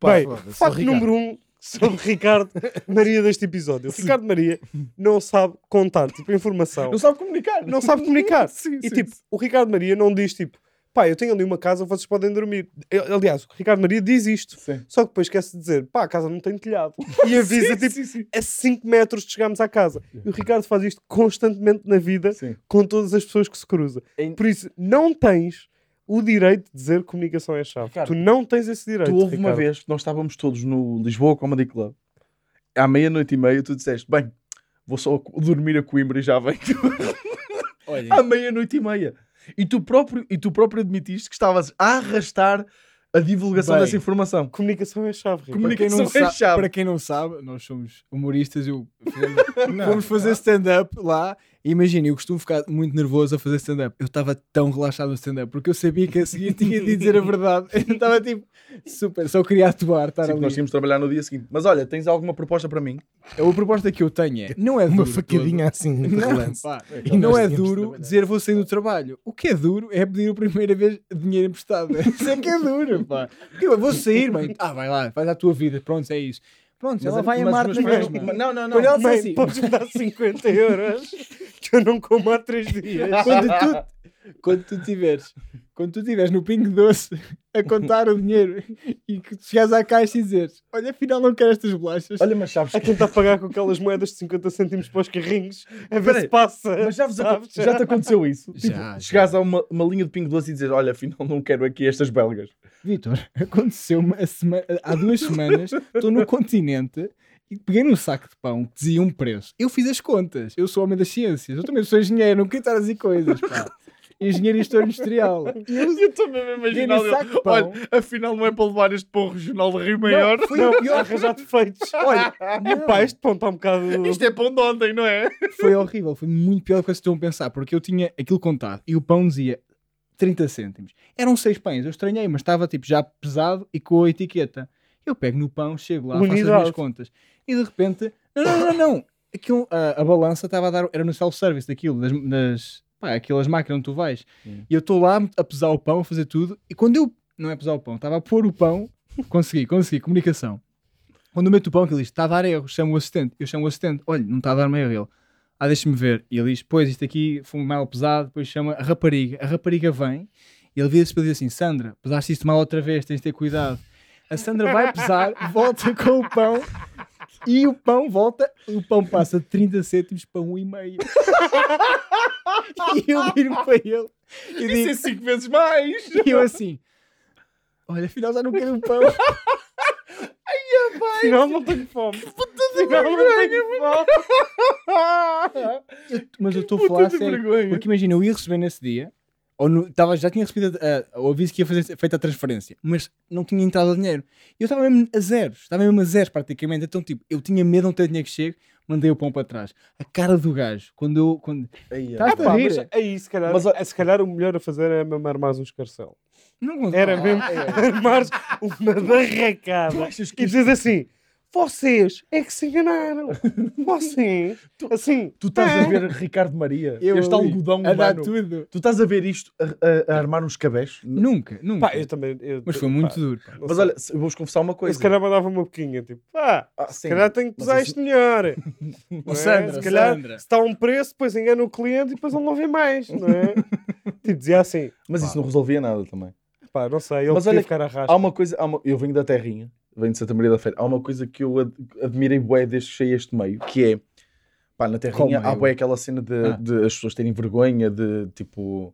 Pá, Bem, foda-se, o facto Ricardo. número um sobre Ricardo Maria deste episódio. Ricardo Maria não sabe contar, tipo, informação. Não sabe comunicar. Não sabe comunicar. Sim, E sim, tipo, o Ricardo Maria não diz tipo, pá, eu tenho ali uma casa, vocês podem dormir. Eu- Aliás, o Ricardo Maria diz isto. Sim. Só que depois esquece de dizer, pá, a casa não tem telhado. E avisa, tipo, a 5 metros de chegarmos à casa. E o Ricardo faz isto constantemente na vida Sim. com todas as pessoas que se cruza. Em- Por isso, não tens o direito de dizer que comunicação é chave. Ricardo, tu não tens esse direito. Tu houve uma Ricardo. vez que nós estávamos todos no Lisboa Comedy Club, à meia-noite e meia, tu disseste: Bem, vou só dormir a Coimbra e já venho. Olhem, à meia-noite e meia. E tu, próprio, e tu próprio admitiste que estavas a arrastar a divulgação Bem. dessa informação. Comunicação é chave, Ricardo. para quem, não comunicação é sabe, chave. para quem não sabe, nós somos humoristas. Eu fizemos- Não. Fomos fazer stand-up lá. Imagina, eu costumo ficar muito nervoso a fazer stand-up. Eu estava tão relaxado no stand-up porque eu sabia que a seguir tinha de dizer a verdade. Eu estava tipo super, só queria atuar. Estar Sim, porque ali. nós tínhamos de trabalhar no dia seguinte. Mas olha, tens alguma proposta para mim? A proposta que eu tenho é: não é Uma duro facadinha assim de todo. Não, relance. pá, E não nós é tínhamos duro trabalhado. dizer vou sair do trabalho. O que é duro é pedir a primeira vez dinheiro emprestado. Isso é que é duro, pá. Porque eu vou sair, mãe. Ah, vai lá, faz a tua vida. Pronto, é isso. Pronto, ela vai mas amar os te meus pais- mesmo. Não, não, não. Quando ela Mãe, disse assim, podes me dar 50 euros que eu não como há 3 dias. quando tu, quando tu tiveres, quando tu tiveres no Pingo Doce a contar o dinheiro e que chegares à caixa e dizeres, olha, afinal não quero estas bolachas. Olha, mas sabes A que. tentar pagar com aquelas moedas de 50 cêntimos para os carrinhos, a ver Peraí, se passa. Mas já, vos aco- sabes? já te aconteceu isso? Já, Tipo, já. chegares a uma, uma linha de pingo doce e dizes: Olha, afinal não quero aqui estas belgas. Vitor, aconteceu-me a sema- há duas semanas, estou no continente e peguei num saco de pão que dizia um preço. Eu fiz as contas, eu sou homem das ciências, eu também sou engenheiro, não queria estar a dizer coisas, pá. Engenheiro e história industrial. E eu Eu também me peguei num saco de pão. afinal não é para levar este pão regional de Rio Maior. Não, foi Não, o pior. arranjar defeitos. Olha, é pá, este pão está um bocado. é pão de ontem, não é? Foi horrível, foi muito pior do que vocês estão a pensar, porque eu tinha aquilo contado e o pão dizia 30 cêntimos. Eram seis pães, eu estranhei, mas estava tipo já pesado e com a etiqueta. Eu pego no pão, chego lá, faço as Unidade. minhas contas e de repente, não, não, não, não, aquilo, a, a balança estava a dar, era no self-service daquilo, das, das pá, aquelas máquinas onde tu vais. Hum. E eu estou lá a pesar o pão, a fazer tudo, e quando eu, não é pesar o pão, estava a pôr o pão, consegui, consegui, comunicação. Quando eu meto o pão, que ele diz, está a dar erro, chamo o assistente. Eu chamo o assistente, olha, não está a dar meio erro. Ele, ah, deixa-me ver. E ele diz, pois, isto aqui foi um mal pesado. Depois chama a rapariga. A rapariga vem e ele vira-se para dizer assim, Sandra, pesaste isto mal outra vez, tens de ter cuidado. A Sandra vai pesar, volta com o pão e o pão volta, o pão passa de 30 cêntimos para 1,5. e eu viro para ele e digo, é 5 vezes mais. um e eu assim, olha, afinal já não quero o pão. Afinal, não tenho fome. Afinal, não tenho fome. Eu- mas eu estou a é falar a sério. Porque imagina, eu ia receber nesse dia, ou no- tava, já tinha recebido a- a- o aviso que ia fazer feita a transferência, mas não tinha entrado o dinheiro. E eu estava mesmo a zeros, estava mesmo a zeros praticamente. Então, tipo, eu tinha medo de não ter dinheiro que chegue, mandei o pão para trás. A cara do gajo, quando eu. Quando... Aí, Estás Pá, a rir? mas aí, se calhar, Mas, ó- se calhar o melhor a fazer é mamar mais um escarcel. Não Era mesmo armares uma barracada. E dizes assim, vocês é que se enganaram. Vocês. Assim, Tu estás é. a ver Ricardo Maria, Eu este ali, algodão A dar humano. Tu... tudo. estás a ver isto a, a- a armar uns cabés? Nunca, nunca. Pá, eu também... eu- Mas foi pá, muito duro. pá. não Mas sei. olha, se- eu vou-vos confessar uma Eu coisa. se calhar mandava uma boquinha, tipo, pá, Ah, se sim. calhar tenho que Mas pesar isso- isto melhor. Ó, Não é? Sandra, se calhar Sandra. se está a um preço, depois engana o cliente e depois ele não vê mais, não é? tipo, dizia assim, Mas isso não resolvia nada também. pá, não sei, ele Mas podia olha- ficar arrasto. Há uma coisa, há uma- eu venho da Terrinha, venho de Santa Maria da Feira. Há uma coisa que eu ad- admirei bué desde que cheguei a este meio, que é, pá, na Terrinha Qual há meio? bué aquela cena de, Ah. de as pessoas terem vergonha de, tipo,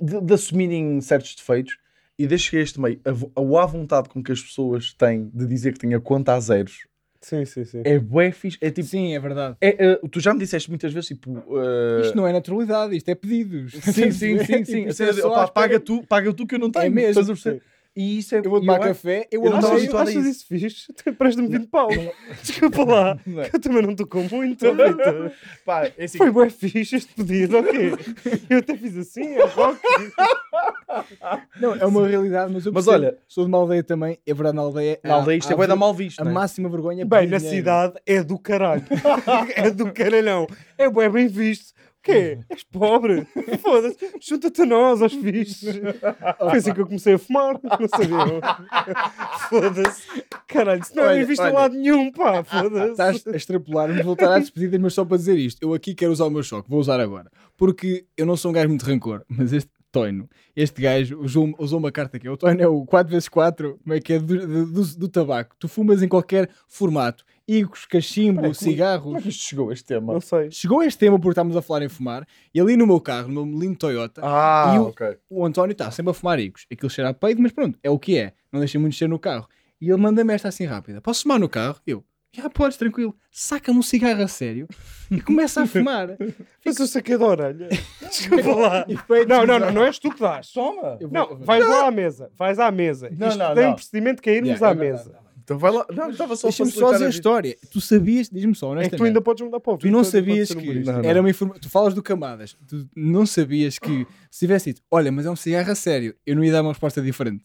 de, de assumirem certos defeitos. E desde que cheguei a este meio, a, vo- a, à vontade com que as pessoas têm de dizer que têm a conta a zeros Sim, sim, sim. é bué fixe. É tipo, Sim, é verdade. é, uh, tu já me disseste muitas vezes, tipo, uh, Isto não é naturalidade, isto é pedidos. Sim, sim, sim, sim. Tipo, isto A é cena de, só à opá, espera. paga tu, paga tu que eu não tenho. mesmo, Estás a perceber? Sim. E isso é Eu vou tomar e eu acho- café, eu, eu não eu estava Achas, habituado a achas isso. isso fixe? Tu Presta-me 20 paus. Desculpa lá. Não é? que Eu também não estou com muito. Rita. Pá, é assim, Foi bué fixe este pedido, ok. Eu até fiz assim, é rock. Não, é uma realidade, mas eu Mas percebo. olha- sou de uma aldeia também, é verdade, na aldeia. na aldeia isto é bué da mal visto, Ah, A não é? máxima vergonha é Bem, pedir na dinheiro. cidade é do caralho. é do caralhão. É bué bem visto. O quê? És pobre? Foda-se. Junta-te a nós, aos bichos. Foi assim que eu comecei a fumar. Não sabia. Foda-se. Caralho, isso não é bem Olha, visto a olha. tá, lado nenhum, pá. Foda-se. Estás a extrapolar, vamos voltar às despedidas, mas só para dizer isto. Eu aqui quero usar o meu choque, vou usar agora. Porque eu não sou um gajo muito rancor, mas este Toino, este gajo usou, usou uma carta aqui. O Toino é o 4x4, como é que é, do, do- do- do tabaco. Tu fumas em qualquer formato. Igos, cachimbo, cigarros. Como é que isto chegou a este tema? Não sei. Chegou este tema porque estávamos a falar em fumar, e ali no meu carro, no meu lindo Toyota, Ah, E o- ok. o António está sempre a fumar icos. Aquilo cheira a peido, mas pronto, é o que é. Não deixa muito cheiro no carro. E ele manda-me esta assim rápida. Posso fumar no carro? Eu, já podes, tranquilo. Saca-me um cigarro a sério e começa a fumar. Mas eu saquei da orelha. Desculpa lá. E foi Não, não, não, não és tu que dás. Toma! Eu vou- eu Não, vou- vais lá à mesa. Vais à mesa. Não, Isto não, tem um não. procedimento que é irmos Yeah, à é verdade. mesa. Então vai lá. Não, estava só a Deixa-me facilitar só dizer a vida. história. Tu sabias, diz-me só, É honestamente. que tu ainda podes mudar para o Tu não sabias um que é? humorista. Não, não. era uma informação. Tu falas do camadas. Tu não sabias que se tivesse dito, olha, mas é um cigarro a sério, eu não ia dar uma resposta diferente.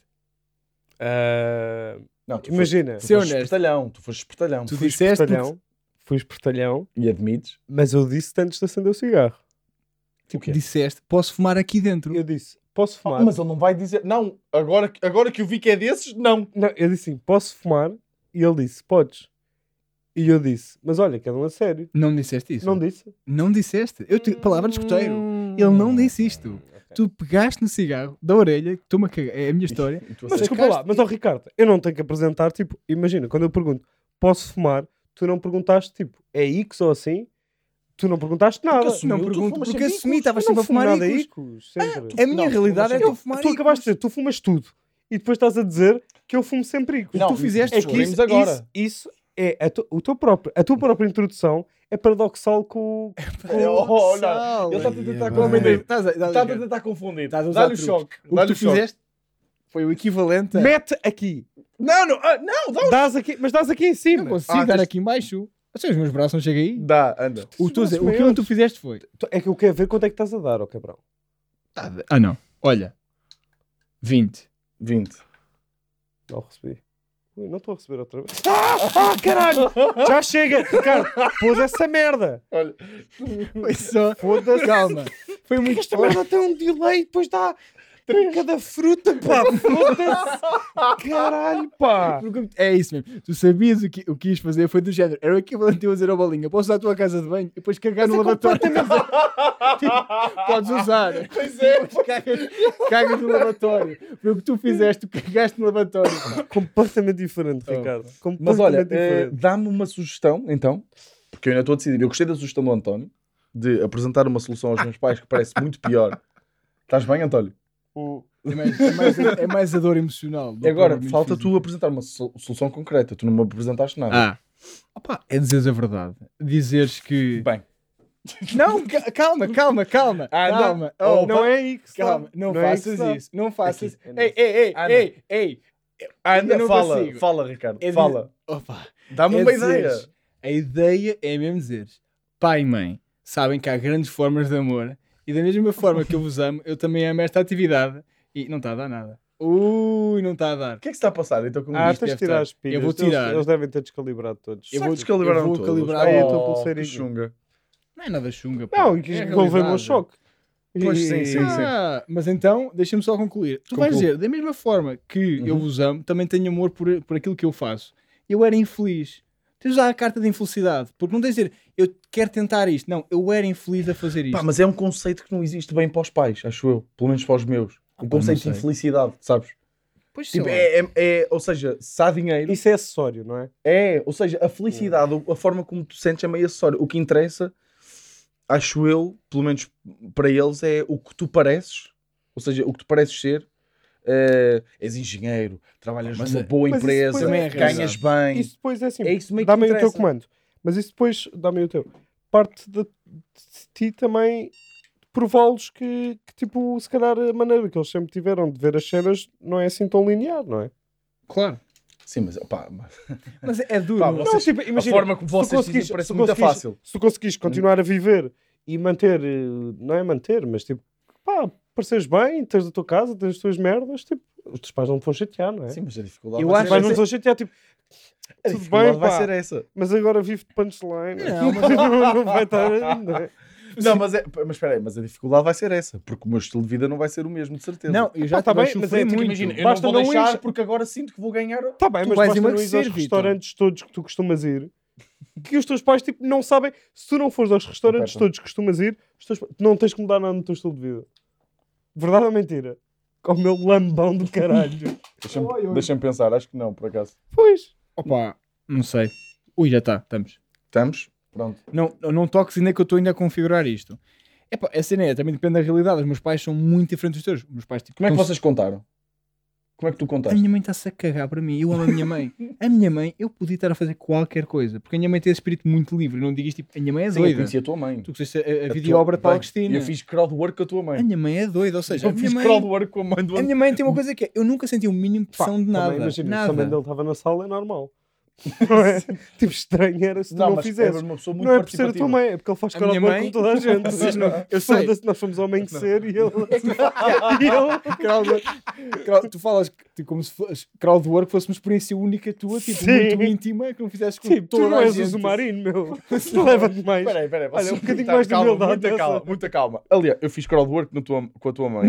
Ah, Não, tu foste, Imagina. tu Ser foste honesto. espertalhão, tu foste espertalhão. Tu Fui disseste porque- espertalhão. Fui espertalhão. E admites? Mas eu disse antes de acender o cigarro. O quê? Disseste, posso fumar aqui dentro. Eu disse, posso Ah, fumar? mas ele não vai dizer... Não, agora, que- agora que eu vi que é desses, não. Não, eu disse assim, posso fumar? E ele disse, podes. E eu disse, mas olha, cada um a sério. Não me disseste isso. Não disse. Não disseste. Eu te... Palavra de escoteiro. Ele não disse isto. Tu pegaste no cigarro da orelha, que estou-me a cagar, é a minha história. E tu Mas aceitas. desculpa lá, mas ó Ricardo, eu não tenho que apresentar, tipo, imagina, quando eu pergunto, posso fumar? Tu não perguntaste, tipo, é Icos ou assim? Tu não perguntaste nada. assumiu, não tu pergunto fumas porque sempre assumi, Eu estavas não sempre a fumo fumar nada a aí. Icos. Sempre. A minha Não, realidade é fumas tu fumar tu aí. acabaste de dizer, tu fumas tudo. E depois estás a dizer que eu fumo sempre Icos. Não, tu fizeste é foi- que isso, agora. Isso, isso é a, tu- o teu próprio, a tua própria introdução é paradoxal com o. É, oh, não. Sal, Ele está-te a tentar ia confundir. bem. Estás a- estás a Estás a ver. tentar confundir. Estás a usar Dá-lhe o truques. choque. O que Dá-lhe tu o choque. fizeste foi o equivalente a... Mete aqui. Não, não, ah, não, dá Dás aqui, mas dás aqui em Eu não cima. consigo Ah, dar tens- aqui embaixo. Assim, os meus braços não chegam aí. Dá, anda. O, que tu a dizer, braços o que tu fizeste foi... É que eu quero ver quanto é que estás a dar, ó cabrão. Ah não, olha. 20. 20. Não recebi. Ui, não estou a receber outra vez. Ah, ah, caralho! Já chega, Ricardo. Pôs essa merda. Olha, Foi só... Foda-se. Calma. Foi muito... Esta merda tem um delay, depois dá tem cada fruta, pá. Foda-se. Caralho, pá. Porque É isso mesmo. Tu sabias o que, o que ias fazer, foi do género. Era o equivalente a eu dizer ao bolinha: posso usar a tua casa de banho e depois cagar é no lavatório. Tipo, Podes usar. Pois é, Cagas, cagas no lavatório. Foi o que tu fizeste, tu cagaste no lavatório. Completamente diferente, Ricardo. Completamente Mas olha, eh, diferente. dá-me uma sugestão, então, porque eu ainda estou a decidir. Eu gostei da sugestão do António de apresentar uma solução aos meus pais que parece muito pior. Estás bem, António? O- É mais, é mais, a, é mais a dor emocional. do que Agora, propriamente falta física. tu apresentar uma so- solução concreta. Tu não me apresentaste nada. Ah. Opa, é dizeres a verdade. Dizeres que. Bem. Não, ca- calma, calma, calma. Ah, não. calma. Oh, não, é aí que calma, não, Não é isso que faças está. isso. Não faças Aqui, Ei, ei, ei, Ah, não. ei, ei. eu Anda, não Ah, fala, consigo. fala, Ricardo. É de- Fala. Opa, Dá-me é uma ideia. dizeres- A ideia é mesmo dizeres: pai e mãe, sabem que há grandes formas de amor e da mesma forma que eu vos amo, eu também amo esta atividade e não está a dar nada. Ui, não está a dar. O que é que se está a passar? Então, com Ah, Isto tens Um deve de tirar estar- as pilhas. Eu vou tirar. Eles, eles devem ter descalibrado todos. Eu eu vou- vou descalibrar eu vou calibrar- um Ai, Aí eu eu tô estou pulseirinha. chunga. Não é nada chunga. pá. Não, que É a convém um realidade. choque. Pois, E- sim, sim, sim. Ah, mas então, deixa-me só concluir. Tu vais Conclua. dizer, da mesma forma que eu Uhum. vos amo, também tenho amor por, por aquilo que eu faço. Eu era infeliz. Tens lá a carta de infelicidade. Porque não tens de dizer, eu quero tentar isto. Não, eu era infeliz a fazer isto. Pá, mas é um conceito que não existe bem para os pais, acho eu. Pelo menos para os meus. O conceito de sei. infelicidade, sabes? Pois sei Tipo, lá. é, é- é- ou seja, se há dinheiro, Isso é acessório, não é? é. Ou seja, a felicidade, a forma como tu sentes é meio acessório. O que interessa, acho eu, pelo menos para eles, é o que tu pareces. Ou seja, o que tu pareces ser. eh, és engenheiro, trabalhas Mas numa é- boa mas isso empresa, depois é- ganhas bem. Isso depois é assim. é isso meio que dá-me aí o teu interessa. comando. Mas isso depois, dá-me aí o teu. Parte de, de ti também prová-los que, que, tipo, se calhar a maneira que eles sempre tiveram de ver as cenas não é assim tão linear, não é? Claro. Sim, mas pá, mas- Mas é duro. Pá, não é? Vocês- tipo, a forma como vocês dizem parece muito fácil. Se tu conseguires continuar a viver e manter, eh, não é manter, mas tipo, pá, pareceres bem, tens a tua casa, tens as tuas merdas, tipo, os teus pais não te vão chatear, não é? Sim, mas a dificuldade Eu vai acho ser Mas não essa. te vão chatear, tipo, A tudo dificuldade bem, vai pá. ser essa. mas agora vivo de punchline. Não, mas- não vai estar. não é? Não, mas, é, mas espera aí, mas a dificuldade vai ser essa, porque o meu estilo de vida não vai ser o mesmo, de certeza. Não, eu já Ah, tá também bem, mas sofri é, muito. tipo, imagina, eu Basta não vou não deixar ir- porque agora sinto que vou ganhar. Tá bem, Tu mas vais basta não ir aos emagrecer, Vitor. restaurantes todos que tu costumas ir. Que os teus pais tipo, não sabem. Se tu não fores aos restaurantes Opa, tá. todos que costumas ir, os teus pa- não tens que mudar nada no teu estilo de vida. Verdade ou mentira? Com o meu lambão do caralho. Deixa-me Oi, oi. deixa-me pensar, acho que não, por acaso. pois. Opa, não sei. Ui, já está, estamos. Estamos? Pronto. Não, não toques ainda que eu estou ainda a configurar isto. Epá, a cena é, também depende da realidade. Os meus pais são muito diferentes dos teus. Os meus pais, tipo, Como é que estão vocês contaram? Como é que tu A contaste? minha mãe está-se a cagar para mim. Eu amo a minha mãe. A minha mãe, eu podia estar a fazer qualquer coisa. Porque a minha mãe tem esse espírito muito livre. Não digas tipo, a minha mãe é Sim, eu doida. conheci a tua mãe. tu conheceste a, a A videobra de tua- Paulo bem, Cristina. Eu fiz crowdwork com a tua A mãe. minha mãe é doida. Ou seja, a Eu minha, fiz mãe, crowdwork com a mãe do a minha mãe tem uma coisa que é: eu nunca senti o mínimo de pressão tá de nada. Também, imagina, se a mãe nada. dele estava na sala, é normal. Não é? tipo, estranho era se tu não, mas fizesse. era uma pessoa muito Não é por ser a tua participativa. mãe, é porque ele faz A cara de minha mãe mãe- com toda a gente. Vocês não- eu sei. É Foda-se, nós fomos homem que ser e ele. e ele. Crowdwork- crowd- tu falas tipo, como se fosse crowdwork fosse uma experiência única tua, tipo, Sim. muito íntima, que não fizeste com Sim, tipo, tu toda não a és o gente. Zumarino, meu. Leva-te mais. Espera aí, espera Olha, aí. vocês- um bocadinho muita mais de calma, humildade Muita nessa. calma, muita calma. Aliás, eu fiz crowdwork na tua- com a tua mãe.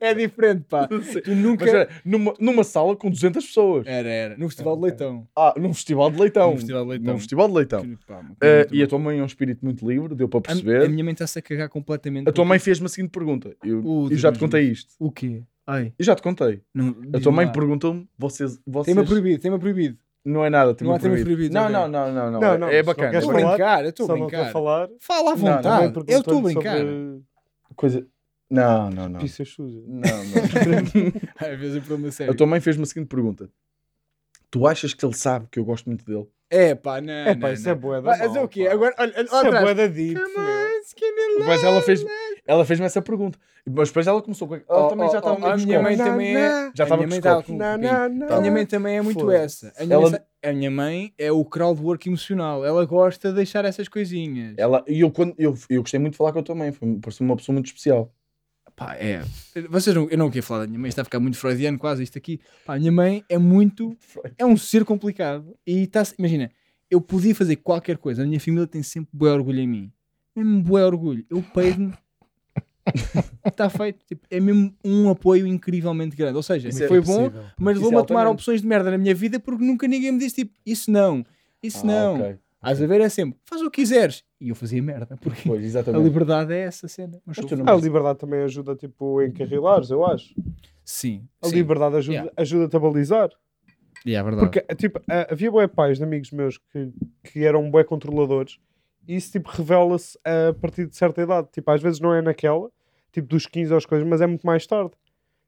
é diferente, pá. Tu nunca. Mas é. espera, numa, numa sala com 200 pessoas. Era, era. No Festival de Leitão. Ah, num festival de leitão. No Festival de Leitão. Num festival de leitão. Que, pá, uma coisa Eh, muito e a tua mãe é um espírito muito livre, deu para A, perceber. a minha mãe está-se a cagar completamente. A tua porque- mãe fez-me a seguinte pergunta. Eu, Uh, eu Deus já te me contei isto. O quê? Ai, Eu já te contei. não, A diz-me tua mãe lá. perguntou-me: vocês. vocês Tem-me proibido, tem-me proibido. Não é nada, tem-me Não há temas proibido. proibidos, não, ok. não, não, não, não, Não, é- não, É se não bacana. queres Estou a falar? brincar, eu estou Só a não estou a brincar. falar. Fala à Não, não, vontade, Também eu estou a perguntou-lhe brincar. sobre Coisa. Não, não, não. Pissas sujas. Não, não. Às vezes eu pergunto a a sério. tua mãe fez-me a seguinte pergunta: Tu achas que ele sabe que eu gosto muito dele? É pá, não. É não, pá, isso é não. boa. Vai fazer o quê? Agora, olha, olha lá Isso é atrás. boa da deep. meu. é Mas ela fez ela fez-me essa pergunta. Mas depois ela começou com. Ela Oh, também oh, já estava oh, meio A minha buscona. mãe Não, também é. não. Já a minha estava mãe com estava os com um Não, o pinto. não, A não. minha mãe também é muito essa. Foda-se. A minha, Tá Ela- mãe, a minha mãe é o crowdwork emocional. Ela gosta de deixar essas coisinhas. Ela, e eu, quando, eu, eu gostei muito de falar com a tua mãe, foi- pareceu uma pessoa muito especial. Pá, é. Vocês não, eu não queria falar da minha mãe, está a ficar muito freudiano quase isto aqui. Pá, a minha mãe é muito. É um ser complicado. E está. Imagina, eu podia fazer qualquer coisa, a minha família tem sempre boé orgulho em mim. Mesmo boé orgulho. Eu peido-me. Está feito. Tipo, é mesmo um apoio incrivelmente grande. Ou seja, Isso é foi bom, mas Isso vou-me é a tomar altamente. opções de merda na minha vida porque nunca ninguém me disse tipo, isso não, isso Ah, não. ok. Às a ver é sempre, faz o que quiseres. E eu fazia merda, porque Pois, a exatamente. liberdade é essa cena. Mas Mas sou- tu não- Ah, A liberdade também ajuda, tipo, a encarrilares, eu acho. Sim, A sim. liberdade ajuda- Yeah. ajuda-te a balizar. E é verdade. Porque, tipo, a- havia bué pais de amigos meus que, que eram bué controladores e isso, tipo, revela-se a partir de certa idade. Tipo, às vezes não é naquela, tipo dos 15 aos coisas, mas é muito mais tarde.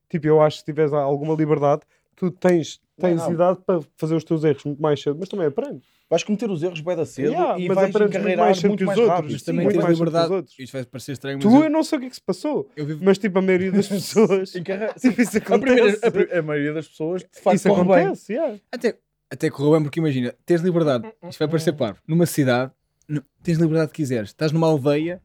Tipo, eu acho que se tiveres alguma liberdade, tu tens, tens não. idade para fazer os teus erros muito mais cedo, mas também aprendes. Vais cometer os erros bem da cedo Yeah, e mas vais aprendes muito encarreirar mais muito mais, cedo que os outros. rápido. Mas Sim, também muito tens mais do que os liberdade. outros. Isto vai parecer estranho, mas tu, eu, eu não sei o que é que se passou, eu vivo mas tipo, a maioria das pessoas. Encarre- tipo, isso A, primeira- acontece. a pri- a maioria das pessoas de facto isso corre bem. acontece, yeah. Até, até correu bem, porque imagina, tens liberdade, isto vai parecer parvo, numa cidade, n- tens liberdade que quiseres, estás numa aldeia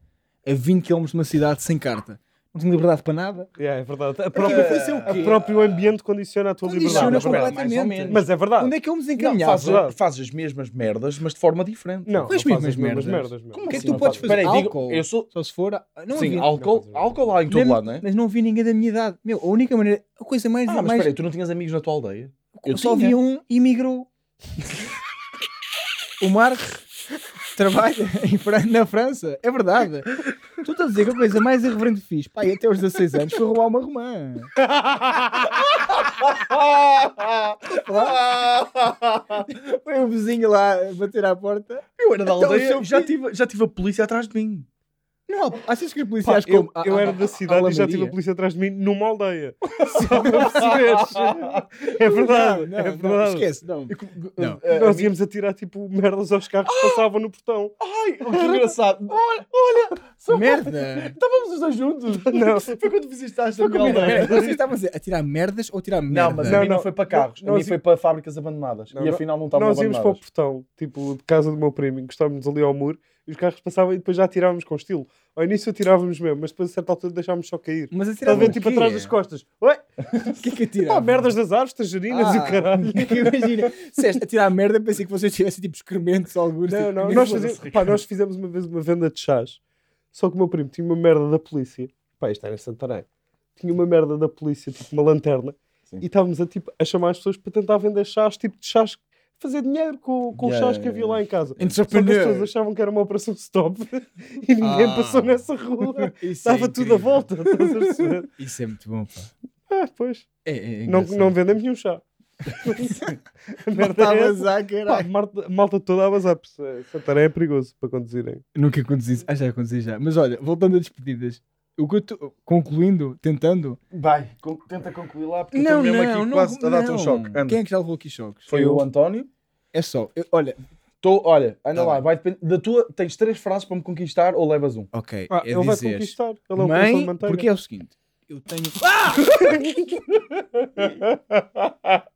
a 20 km de uma cidade sem carta, não tens liberdade para nada. Yeah, é verdade. Porque A própria- vai fazer o O quê? próprio ambiente condiciona a tua Condiciona liberdade. espera, completamente. mais ou menos. Mas é verdade. Onde é que eu me Não, desencaminhava? fazes, verdade. fazes as mesmas merdas, mas de forma diferente. Não, Com as não mesmas fazes merdas. meu. O que é que assim tu não podes fazes? fazer? Espera aí, Álcool? eu sou. Só se for. Não Sim, havia. álcool, Não álcool há em todo Mesmo- lado, não é? Mas não vi ninguém da minha idade. Meu, a única maneira. A coisa mais. Ah, mas mais espera aí, tu não tinhas amigos na tua aldeia? eu só vi um e migrou. o Marcos trabalha em Fran- na França. É verdade. Tu estás a dizer que a coisa mais irreverente que fiz, pai, até aos 16 anos, foi roubar uma romã. Foi o vizinho lá a bater à porta. Eu era da Então, é aldeia, seu já, filho- tive, já tive a polícia atrás de mim. Não, achas que os Pá, policiais eu, como. a- eu a- era da cidade e já tive a Alamaria. polícia atrás de mim numa aldeia. Só para perceberes. É verdade. Não, é não, não, verdade. esquece, não. Não. Ah, Nós íamos atirar tipo merdas aos carros que passavam no portão. Ai, oh, que engraçado. Merda! Estávamos os dois juntos. Não. Foi quando visitaste a Estou minha com medo. aldeia. Pera, Vocês estavam a dizer, a tirar merdas ou tirar merda? Não, mas Não, a mim não, não. foi para carros, a Nós mim í- foi para fábricas abandonadas. Não, e não- afinal não estavam Nós íamos para o abandonadas. portão, tipo, de casa do meu primo, encostávamos ali ao muro e os carros passavam e depois já atirávamos com estilo. Ao início atirávamos mesmo, mas depois a certa altura deixávamos só cair. Mas a Estás tirar a ver, tipo, atrás das costas. Ué, O que é que pá, atiravam? merdas das árvores, tangerinas e o Ah. caralho. Imagina, disseste a tirar merda, pensei que vocês tivessem tipo excrementos ou alguns. Não, tipo, não, nem nós, foda-se. fazemos- pá, nós fizemos uma vez uma venda de chás, só que o meu primo tinha uma merda da polícia, pá, isto era em Santarém, tinha uma merda da polícia, tipo uma lanterna, Sim. e estávamos a, tipo, a chamar as pessoas para tentar vender chás, tipo de chás, fazer dinheiro com, com Yeah, os chás que havia lá em casa. Só que as pessoas Entrepreneur. achavam que era uma operação stop e ninguém Ah. passou nessa rua. Isso é Estava tudo incrível. à volta, estás a perceber? Isso é muito bom, pá. Ah, pois. É, é, é Não, engraçado. não vendemos nenhum chá. a merda é Estavas essa. a Pá, caralho. malta, malta toda a bazar. por isso, Santarém é perigoso para conduzirem. Nunca aconteceu isso. Ah, já aconteceu já. Mas olha, voltando a despedidas. O que eu tô, concluindo, tentando. Vai, con- tenta concluir lá, porque Não, mesmo aqui quase a dar-te um choque. Anda. Quem é que já levou aqui choques? foi o António. É só. eu- olha, Tô, olha, anda Tá lá, bem. vai depender da tua. Tens três frases para me conquistar ou levas um. ok. Ah, é ele vai dizer. conquistar. Ele é um coração de Mãe, manteiga. porque é o seguinte. Eu tenho. Ah!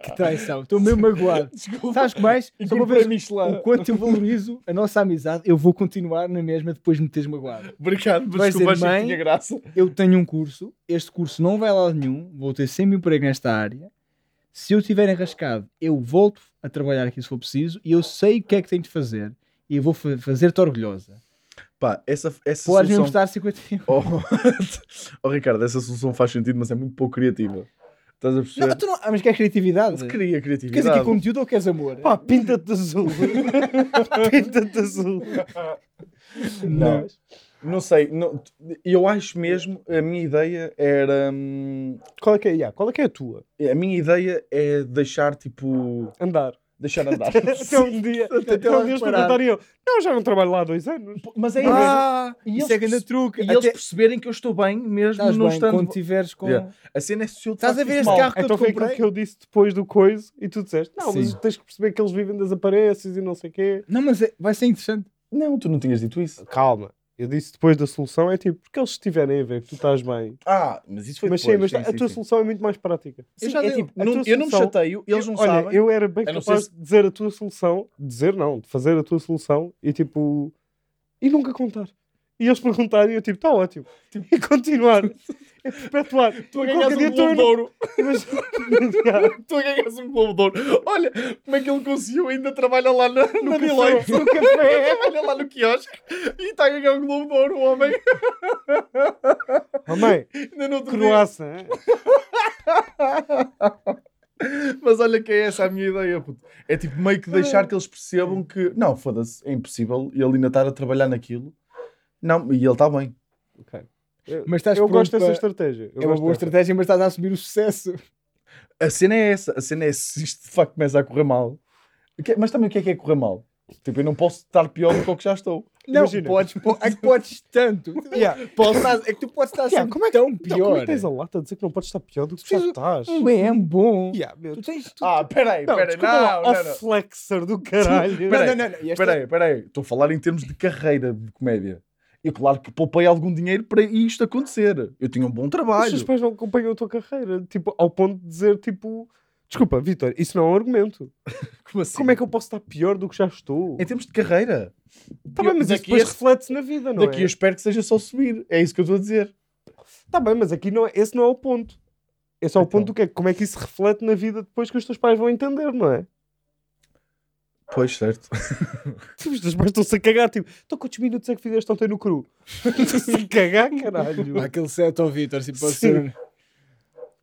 Que traição. Estou mesmo magoado. Sabes que mais? Só é uma vez o Michelin. quanto eu valorizo a nossa amizade, eu vou continuar na mesma depois de me teres magoado. Obrigado, mas Vais desculpa, dizer, achei que mãe? tinha graça. Eu tenho um curso, este curso não vai a lado nenhum, vou ter sempre emprego nesta área. Se eu estiver enrascado, eu volto a trabalhar aqui se for preciso e eu sei o que é que tenho de fazer e eu vou fa- fazer-te orgulhosa. Pá, essa, essa Podes me solução... emprestar 50 euros. Oh, oh, Ricardo, essa solução faz sentido, mas é muito pouco criativa. Estás a perceber? Não, tu não... Ah, mas queres criatividade? Se cria Queres criatividade. aqui conteúdo ou queres amor? Pá, pinta-te de azul. pinta-te de azul. Não. Não sei, não- eu acho mesmo, a minha ideia era. hum, Qual é, que é, yeah, qual é que é a tua? A minha ideia é deixar tipo. Andar. Deixar andar. Até um dia. Até lá um dia eles parar. perguntarem eu. Não, já não trabalho lá há dois anos. Mas é Ah, E isso eles é grande perce- truque. E Até- eles perceberem que eu estou bem, mesmo Estás não bem estando. quando tiveres com... Yeah. A cena é se eu de Estás a facto ver fiz este mal. carro que eu Então te foi aquilo comprei? que eu disse depois do coiso e tu disseste. Não, mas Sim. tens que perceber que eles vivem das aparências e não sei o quê. Não, mas é- vai ser interessante. Não, tu não tinhas dito isso. Calma. Eu disse depois da solução é tipo, porque eles estiverem a ver que tu estás bem. Ah, mas isso foi Mas sim, depois. mas a tua solução é muito mais prática. Sim, Eu já é dei- tipo, a não- tua eu não me solução- chateio, eles não Eu- olha, sabem. eu era bem A não capaz ser de dizer a tua solução, dizer não, de fazer a tua solução e tipo. e nunca contar. E eles perguntarem e eu tipo, está ótimo. E continuar. É perpetuar. Tu E qualquer ganhas dia um estou globo de eu- ouro. Imagina- Tu ganhas um globo de ouro. Olha, como é que ele conseguiu? Ainda trabalha lá na, na Deloitte. no café. Olha lá no quiosque e está a ganhar um globo de ouro, o homem. Oh, mãe, Ainda não te croaça. hein? Mas olha que é essa a minha ideia, puto. É tipo meio que deixar que eles percebam que não, foda-se, é impossível ele ainda estar a trabalhar naquilo. Não, e ele está bem. Mas estás Eu pronto gosto dessa para- estratégia. Eu É uma gosto boa dessa. estratégia, mas estás a assumir o sucesso. A cena é essa, a cena é se isto de facto começa a correr mal. O que é- Mas também o que é que é correr mal? Tipo, eu não posso estar pior do que o que já estou. Não, Imagina. podes, po- é que podes tanto. Yeah. Podes estar- é que tu podes estar Yeah, sempre como é que- tão Não, como é pior. que tens a lata a dizer que não podes estar pior do que tu já Preciso- estás? um BM bom. Yeah, meu. Tu tens. tu- Ah, peraí, Não, peraí, desculpa não, lá, não, ó não. flexer do caralho. não, peraí, não, não, não. E esta- Peraí, peraí, estou a falar em termos de carreira de comédia. Eu, claro que poupei algum dinheiro para isto acontecer. Eu tinha um bom Os trabalho. teus pais não acompanham a tua carreira. Tipo, ao ponto de dizer, tipo... Desculpa, Vitor, isso não é um argumento. Como assim? Como é que eu posso estar pior do que já estou? Em termos de carreira, Tá bem, mas isso daqui depois a- reflete-se na vida, não daqui é? eu espero que seja só subir. É isso que eu estou a dizer. Tá bem, mas aqui não é- esse não é o ponto. Esse é o ponto do que é, como é que isso reflete na vida depois que os teus pais vão entender, não é? Pois, certo. Tipo, os teus pais estão-se a cagar, tipo, então quantos minutos é que fizeste ontem no cru? Estão-se a cagar, caralho. Pá, O Aquele set ao Vitor, assim, pode Sim. ser.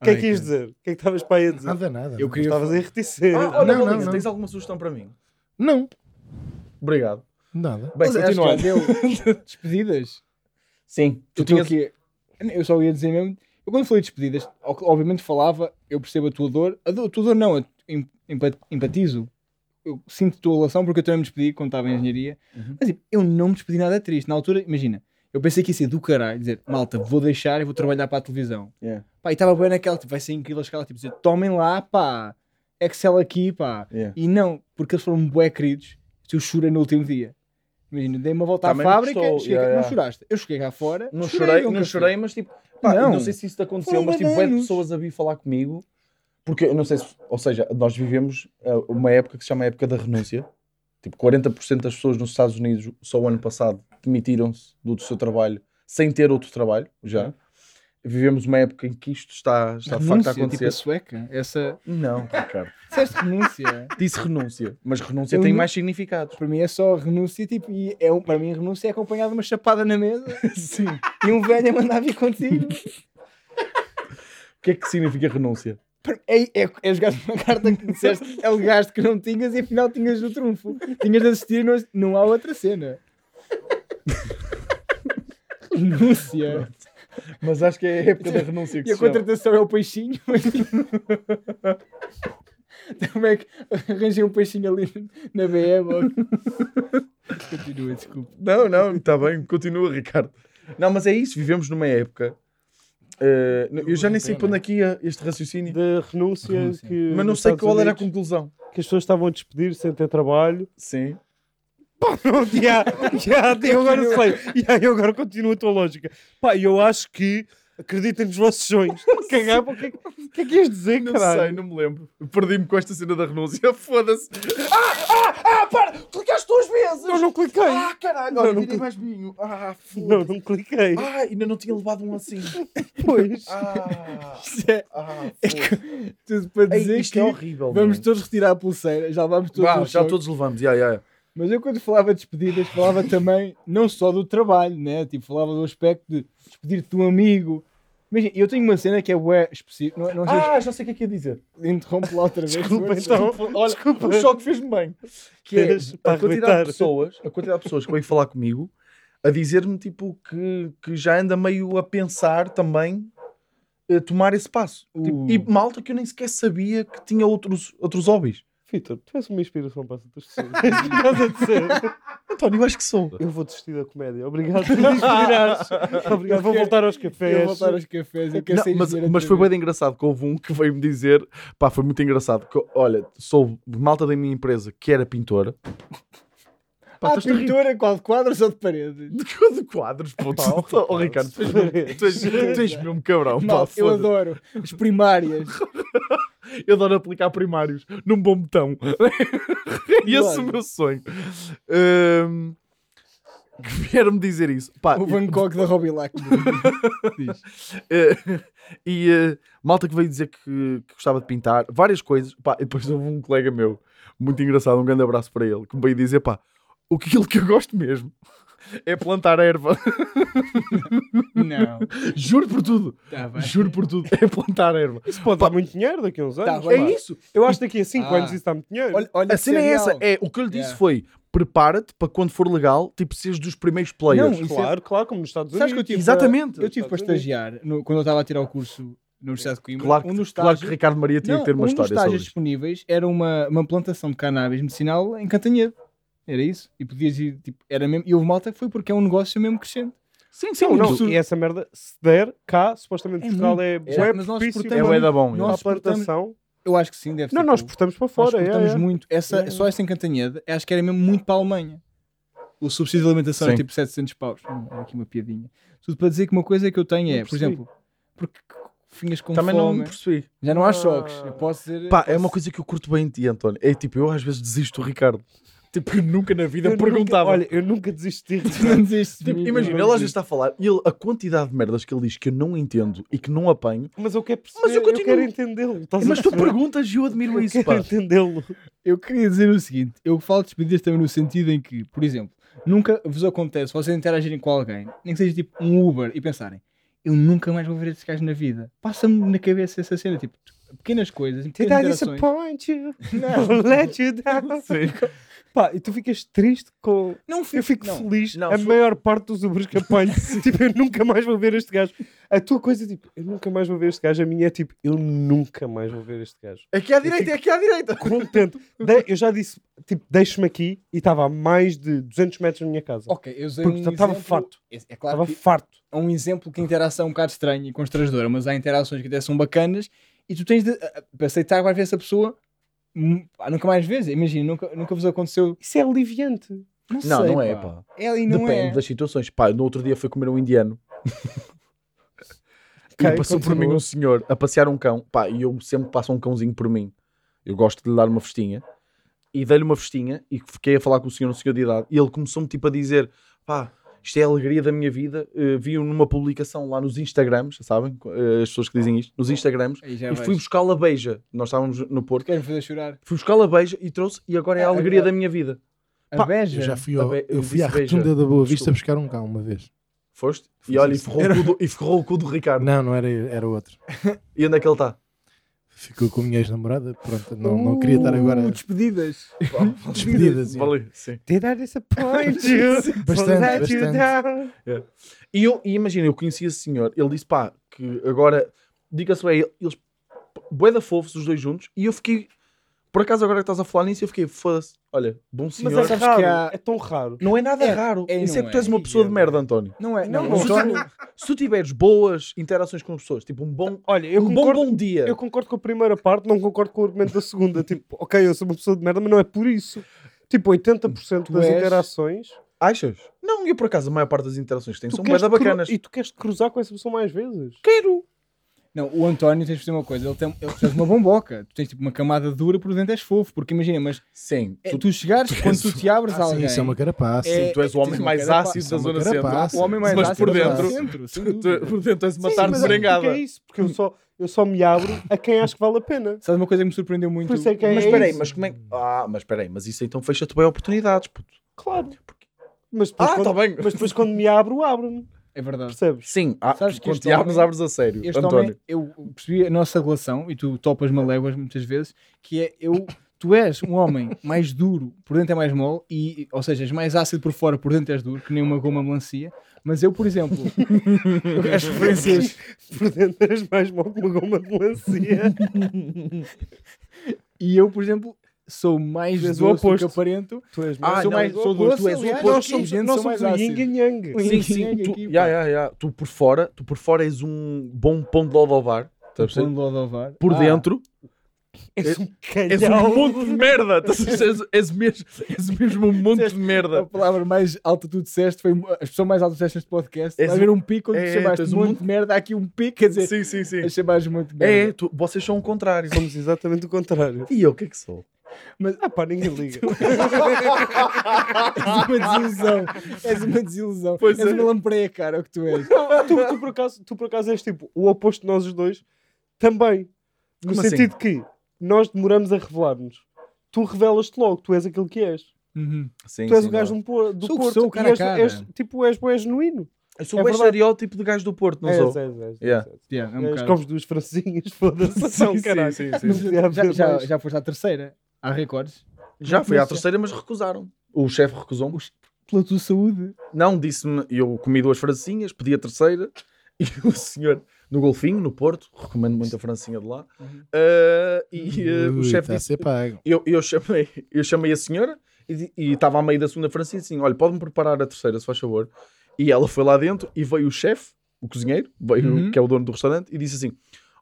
que é Ai, que ias cara. dizer? Tipo, O que é que estavas para aí a dizer? Nada, nada. Eu queria. Estavas aí reticente. Ah, olha, não, Valença, não. tens alguma sugestão para mim? Não, Obrigado. nada. Bem, Mas acho que continuando. já deu despedidas. Sim, tu Eu tô tinhas... aqui- Eu só ia dizer mesmo. Eu quando falei de despedidas, ob- obviamente falava, eu percebo a tua dor. A, dor, a tua dor não, eu em- empa- empatizo. Eu sinto a tua relação porque eu também me despedi quando estava em engenharia. Uhum. Mas tipo, eu não me despedi nada triste. Na altura, imagina, eu pensei que ia ser do caralho, dizer, malta, vou deixar e vou trabalhar para a televisão. Yeah. Pá, e estava bem naquela, tipo, vai ser incrível escala, tipo, dizer, tomem lá, pá, Excel aqui, pá. Yeah. E não, porque eles foram bué queridos, eu chorei no último dia. Imagina, dei uma volta Também à me fábrica, custou, cheguei yeah, cá- yeah. não choraste. Eu cheguei cá fora, um Não chorei, eu não nunca chorei, mas tipo, pá, não. Não. sei se isso te aconteceu, Foram mas tipo, é de bananas. pessoas a vir falar comigo, porque eu não sei se, ou seja, nós vivemos eh, uma época que se chama a época da renúncia. Tipo, 40% das pessoas nos Estados Unidos só o ano passado demitiram-se do, do seu trabalho sem ter outro trabalho, já. Vivemos uma época em que isto está, está de facto a Uhum. Renúncia, tipo acontecer. a sueca. Essa. Não, Ricardo. Disseste renúncia. Disse renúncia, mas renúncia Eu tem nu- mais significados. para mim é só renúncia, tipo, e é um, para mim renúncia é acompanhada de uma chapada na mesa Sim. O e um velho a mandar vir contigo. que é que significa renúncia? É, é, é jogar uma carta que disseste, é legaste que não tinhas e afinal tinhas o trunfo. Tinhas de assistir e não, não há outra cena. Renúncia. Mas acho que é a época da renúncia que E a se chama. contratação é o peixinho. Como é que arranjei um peixinho ali na BM? ou- Continua, desculpa. Não, não, está bem, continua, Ricardo. Não, mas é isso, vivemos numa época. eh, eu já nem sei para onde aqui ia este raciocínio, Da renúncia Renúncia. que... mas não nos sei Estados qual era a Unidos, conclusão. Que as pessoas estavam a despedir sem ter trabalho. Sim. Já, já, eu agora sei. Já, eu agora continuo a tua lógica. Pá, eu acho que acreditem nos vossos sonhos. Cagar, pá, o que, é que- o que é que ias dizer, Não caralho? sei, não me lembro. Perdi-me com esta cena da renúncia, foda-se. Eu não cliquei. Ah, caralho, Não, olha, não virei cli- mais vinho. Ah, foda Não, não cliquei. Ah, ainda não tinha levado um assim. Pois. Ah, Isto é, ah, é foda-se. que- tudo para Ei, dizer isto que é horrível. vamos mano. todos retirar a pulseira, já levámos todos Vá, ao já choque. todos levamos, já, já. já. Mas eu quando falava de despedidas, falava também não só do trabalho, né? Tipo, falava do aspecto de despedir-te de um amigo. Imagina, eu tenho uma cena que é bué específica, não, não sei, Ah, já sei o que é que ia dizer. interrompo lá outra vez. Desculpa, força. então. Olha, Desculpa. o choque fez-me bem. Que é Teres para a quantidade, arrebentar. de pessoas, a quantidade de pessoas que vêm falar comigo a dizer-me tipo, que, que já anda meio a pensar também a tomar esse passo. Tipo, Uh. e malta que eu nem sequer sabia que tinha outros, outros hobbies. Vitor, tu és uma inspiração para as outras pessoas. Estás a dizer. António, eu acho que sou. Eu vou desistir da comédia. Obrigado por me inspirares. Obrigado. Vou voltar aos cafés. Eu vou voltar aos cafés, eu quero Não, ser mas, engenheiro mas outra foi vez. bem engraçado que houve um que veio-me dizer, pá, foi muito engraçado, que, olha, sou de malta da minha empresa que era pintora. Ah, Pá, estás-te a rir. pintura, qual de quadros ou de paredes? De, de quadros, pô. Oh, Ricardo, tu és, mesmo- tu és, tu és mesmo cabrão, pá, Mal, eu foda-se. adoro as primárias. Eu adoro aplicar primários num bom botão. e esse é o Claro. meu sonho. Ahm, que vieram-me dizer isso. Pá, o e- Van Gogh da Robbie Lack. Diz. eh, e eh, malta que veio dizer que, que gostava de pintar, várias coisas. Pá, e depois houve um colega meu, muito engraçado, um grande abraço para ele, que me veio dizer: pá, o que- aquilo que eu gosto mesmo é plantar erva. Não, Juro por tudo. tá bem. Juro por tudo. É plantar erva. Isso pode dar muito dinheiro daqui a uns Tá anos. bem. É isso. Eu acho que daqui a 5 Ah. anos isso dá muito dinheiro. Olha, olha que A cena é cereal. essa. É, o que eu lhe disse Yeah. foi: prepara-te para quando for legal, tipo, seres dos primeiros players. Não, isso é- claro, claro, como nos Estados Unidos. Sabes que eu tive Exatamente. Eu tive para estagiar no- quando eu estava a tirar o curso na Universidade de Coimbra. Claro que, um dos claro estágios, que Ricardo Maria tinha não, que ter uma um dos história sobre estágios isto. disponíveis era uma, uma plantação de cannabis medicinal em Cantanhede. Era isso. E podias ir, tipo, era mesmo. E houve malta que foi porque é um negócio mesmo crescente. Sim, é sim, Não, não, absurdo. e essa merda, se der, cá, supostamente É Portugal é bué mas nós propício exportamos- É Não, bué da bom. não- para yeah. a nós exportamos- plantação. Eu acho que sim, deve ser. Não, nós pelo- exportamos para nós fora. é, exportamos é. muito. Essa, É, é. Só essa em Cantanhede, acho que era mesmo muito para a Alemanha. O subsídio de alimentação é Sim. tipo 700 paus. Hum, Era aqui uma piadinha. Tudo para dizer que uma coisa que eu tenho é, por percebi. exemplo, porque finhas com Também não fome. me percebi. Já não há choques. Ah. Eu posso dizer. Pá, é uma coisa que eu curto bem em ti, António. É tipo, eu às vezes desisto do Ricardo. Tipo, eu nunca na vida Eu nunca- perguntava. olha, eu nunca desisti. Tu não dizes de Tipo, mim, imagina, não. ele às vezes está a falar e ele, a quantidade de merdas que ele diz que eu não entendo e que não apanho, Mas eu quero perceber, Mas eu eu, continuo- quero entendê-lo. estás a é mas tu perceber? perguntas e eu admiro Eu isso, pá. quero entendê-lo. Eu queria dizer o seguinte: eu falo de despedidas também no sentido em que, por exemplo, nunca vos acontece vocês interagirem com alguém, nem que seja tipo um Uber, e pensarem, eu nunca mais vou ver esses gajos na vida. Passa-me na cabeça essa cena, tipo, pequenas coisas, Did I pequenas interações. disappoint you? Não. Let you down. Pá, e tu ficas triste com... Não Eu fico não. feliz. Não, a se- maior parte dos Ubers que apanho, tipo, eu nunca mais vou ver este gajo. A tua coisa é tipo, eu nunca mais vou ver este gajo. A minha é tipo, eu nunca mais vou ver este gajo. Aqui à direita, é aqui à direita. Contente. De- eu já disse, tipo, deixe-me aqui e estava a mais de 200 metros da minha casa. Ok, eu usei Porque um já estava exemplo- farto. É, é Estava claro que farto. é um exemplo que a interação é um bocado estranha e constrangedora, mas há interações que até são bacanas e tu tens de a- a- aceitar que vais ver essa pessoa hum, pá, nunca mais vês. Imagina, nunca, nunca vos aconteceu. Isso é aliviante. Não, Não, sei, não é, pá. Ela e não Depende é. das situações. Pá, no outro dia foi comer um indiano Ok, e passou por continua. mim um senhor a passear um cão. Pá, e eu sempre passo um cãozinho por mim. Eu gosto de lhe dar uma festinha. E dei-lhe uma festinha e fiquei a falar com o senhor, um senhor de idade. E ele começou-me tipo a dizer: pá, isto é a alegria da minha vida. Eh, vi numa publicação lá nos Instagrams, sabem? Eh, as pessoas que dizem isto, nos Instagrams. Aí já E vais. fui buscá-la beija. Nós estávamos no Porto. Quero fazer chorar. Fui buscá-la beija e trouxe. E agora é a Ah, alegria agora- da minha vida. A Pá, beja. Eu já fui, ao, Ah, bem, eu eu fui à disse beija. retunda da Boa Desculpa. Vista buscar um cão uma vez. Foste? Fiz E olha, e isso. ferrou, o cu do, e ferrou o cu do Ricardo. Não, não era, era outro. E onde é que ele está? Ficou com a minha ex-namorada. Pronto, não, não queria estar agora Uh, Despedidas. despedida. sim. Valeu, sim. Did I disappoint you? Bastante, let you bastante. down. E eu, e imagina, eu conheci esse senhor, ele disse pá, que agora, diga-se bem, eles, bué da fofos os dois juntos, e eu fiquei, por acaso agora que estás a falar nisso, eu fiquei, foda-se, olha, bom senhor. Mas é Sabes raro. que há- É tão raro. Não é nada É, raro, é, isso é não que tu é. és uma pessoa É, de merda, António. Não é. Não, Não, não. Se tu- Se tu tiveres boas interações com as pessoas, tipo um bom, Olha, eu um bom concordo, bom dia, eu concordo com a primeira parte, não concordo com o argumento da segunda. Tipo, ok, eu sou uma pessoa de merda, mas não é por isso. Tipo, 80% Tu das és- interações... achas? Não, eu por acaso, a maior parte das interações que têm tu são bué queres da cru- bacanas. E tu queres te cruzar com essa pessoa mais vezes? Quero! Não, o António tens de fazer uma coisa. Ele tem ele precisa de uma bomboca. Tu tens tipo uma camada dura, por dentro és fofo. Porque imagina, mas Sim, é, tu, tu chegares, quando tu te abres a Ah, sim, alguém. isso é uma carapaça. é- tu és o homem tens uma mais carapaça, ácido isso é da uma zona carapaça. central. O homem mais Mas ácido por é o dentro- centro, sem Tu- dúvida. tu- Por dentro és uma Sim, tarde mas é porque é morengada. isso, porque eu só, eu só me abro a quem acho que vale a pena. Sabes uma coisa que me surpreendeu muito? Por isso é que é Mas espera aí, isso. mas como é que... Ah, mas espera aí, mas isso então fecha-te bem oportunidades, puto. Claro. Mas depois, Ah, quando, tá bem. mas depois quando me abro, abro-me. É verdade. Percebes? Sim, ah, Sabes que quando este te abres, homem- abres a sério, Este homem, é António. eu percebi a nossa relação, e tu topas maléguas muitas vezes, que é eu. Tu és um homem mais duro, por dentro é mais mole, e, ou seja, és mais ácido por fora, por dentro és duro, que nem uma goma melancia. Mas eu, por exemplo, as referências. Por dentro eras mais mal que uma goma de melancia. E eu, por exemplo, sou mais Tu és o doce do que oposto. aparento. tu és Ah, sou não, mais tu sou és o doce, oposto, aliás, nós que somos, gente nós um sou mais somos o ácido. yin and yang. Sim, sim, tu, aqui, ya, pá. ya, ya. tu por fora, tu por fora és um bom pão de Lodovar, estás tá a perceber? Quando Lodovar- Por Ah, dentro, És um és calhau. um monte de merda. estás a perceber? És, és mesmo, és mesmo um monte de A merda. palavra mais alta que tu disseste foi a pessoa mais alta que disseste neste podcast. És Vai haver um pico onde é, te chamaste tens um um monte monte- de merda. Há aqui um pico, quer dizer, Sim, sim, sim. a chamares um monte de merda. É, tu- vocês são o contrário. Somos exatamente o contrário. E eu, o que é que sou? Ah pá, ninguém liga. És uma desilusão. És uma desilusão. Pois és é. uma lampreia, cara, é o que tu és. Ah, tu, tu por acaso, tu por acaso és tipo o oposto de nós os dois também. No Como assim? sentido que nós demoramos a revelar-nos. Tu revelas-te logo, tu és aquilo que és. Uhum. Sim, tu és sim, o gajo não. do, po- do Sou o que Porto. sou, e cara a és, cara. és- tipo, és, és genuíno. Eu um sou É o verdade. É, estereótipo de gajo do Porto, não és, sou? és, és, és, Yeah. és. Yeah, é um És, bocado. comes duas francinhas, foda-se. São caralho. sim, Não podia já, haver já, mais. já foste à terceira. Há recordes. Já foi à Mas- terceira, mas recusaram. O chefe recusou-me. Pela tua saúde. Não, disse-me, eu comi duas francinhas, pedi a terceira, e o senhor, no Golfinho, no Porto, recomendo muito a francinha de Uhum. lá, ah, e ah, o chefe Está tá a disse... ser pago. Eu, eu chamei, eu chamei a senhora E di- E estava a meio da segunda Francinha assim: olha, pode-me preparar a terceira, se faz favor. E ela foi lá dentro e veio o chefe, o cozinheiro, veio, Uhum. que é o dono do restaurante, e disse assim: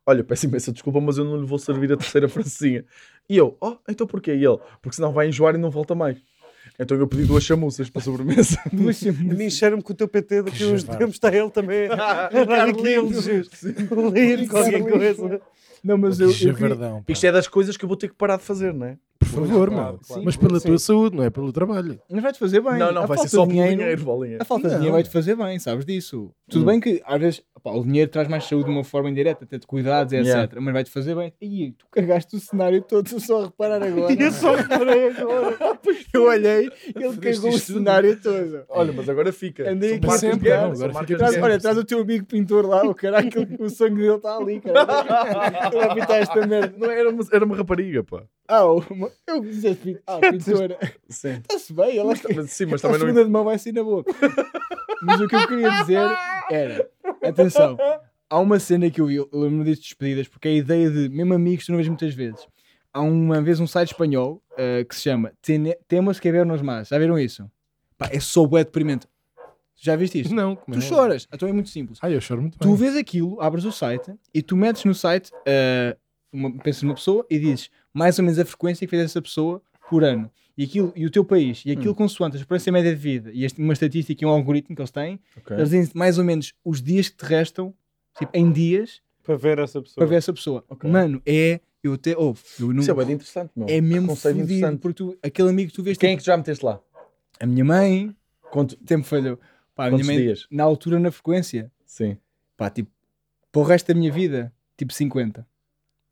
Olha, peço imensa desculpa, mas eu não lhe vou servir a terceira francesinha. E eu, oh, então porquê? E ele, porque senão vai enjoar e não volta mais. Então eu pedi duas chamuças para sobremesa. Duas um. A mim cheira-me que Ah, o teu PT daqui a uns javado. tempos está ele também a dar aqui elogios. Lindo, qualquer Ricardo coisa. Não, mas eu. Que eu queria- javardão, pá. Isto é das coisas que eu vou ter que parar de fazer, não é? Por favor, Claro, meu. claro. Mas pela Sim. tua saúde, não é pelo trabalho. Mas vai-te fazer bem. não, não, A vai falta ser só de pelo dinheiro, bolinha. A falta de Não. dinheiro vai-te fazer bem, sabes disso. Tudo bem que às vezes pá, o dinheiro traz mais saúde de uma forma indireta, até de cuidados, etc. Yeah. Mas vai-te fazer bem. Ih, tu cagaste o cenário todo, estou só a reparar agora. E eu só reparei agora. Eu olhei, ele Fodeste cagou o isto tudo. cenário todo. Olha, mas agora fica. Andei aqui Para Marcas sempre, de guerra, são não, agora marcas fica de Traz, sempre. guerra. olha, traz o teu amigo pintor lá, o caralho, aquele- o sangue dele está ali, cara. Ele vai pintar esta merda. Não, era uma, era uma rapariga, pá. Ah, o- eu disseste pintor. Ah, pintora. Sim. Está-se bem, ela Mas, sim, mas a também não. segunda de mão vai sair na boca. Mas o que eu queria dizer era: atenção, há uma cena que eu vi, eu lembro-me disso de despedidas, porque é a ideia de, mesmo amigos, tu não vês muitas vezes. Há uma vez um site espanhol eh, que se chama Tene- Temas que haver nos más. Já viram isso? Pá, é só bué deprimente. Já viste isto? Não, como é? Tu choras. Então é muito simples. Ah, eu choro muito Tu bem. vês aquilo, abres o site e tu metes no site, eh, uma, pensas numa pessoa e dizes mais ou menos a frequência que fez essa pessoa por ano. E, aquilo, e o teu país, e Hum. aquilo consoante a experiência média de vida e este- uma estatística e um algoritmo que eles têm, Ok. eles dizem mais ou menos os dias que te restam, tipo, em dias, Para ver essa pessoa. para ver essa pessoa. Ok. Mano, é. Eu até. Oh, eu não, Isso é bem interessante, meu. é mesmo conceito fodido, interessante. porque tu, aquele amigo que tu vês, Quem é tipo, que já meteste lá? a minha mãe, Quanto... tempo falhou. Pá, a minha Quantos mãe, dias? na altura, na frequência, Sim. pá, tipo, para o resto da minha vida, tipo 50.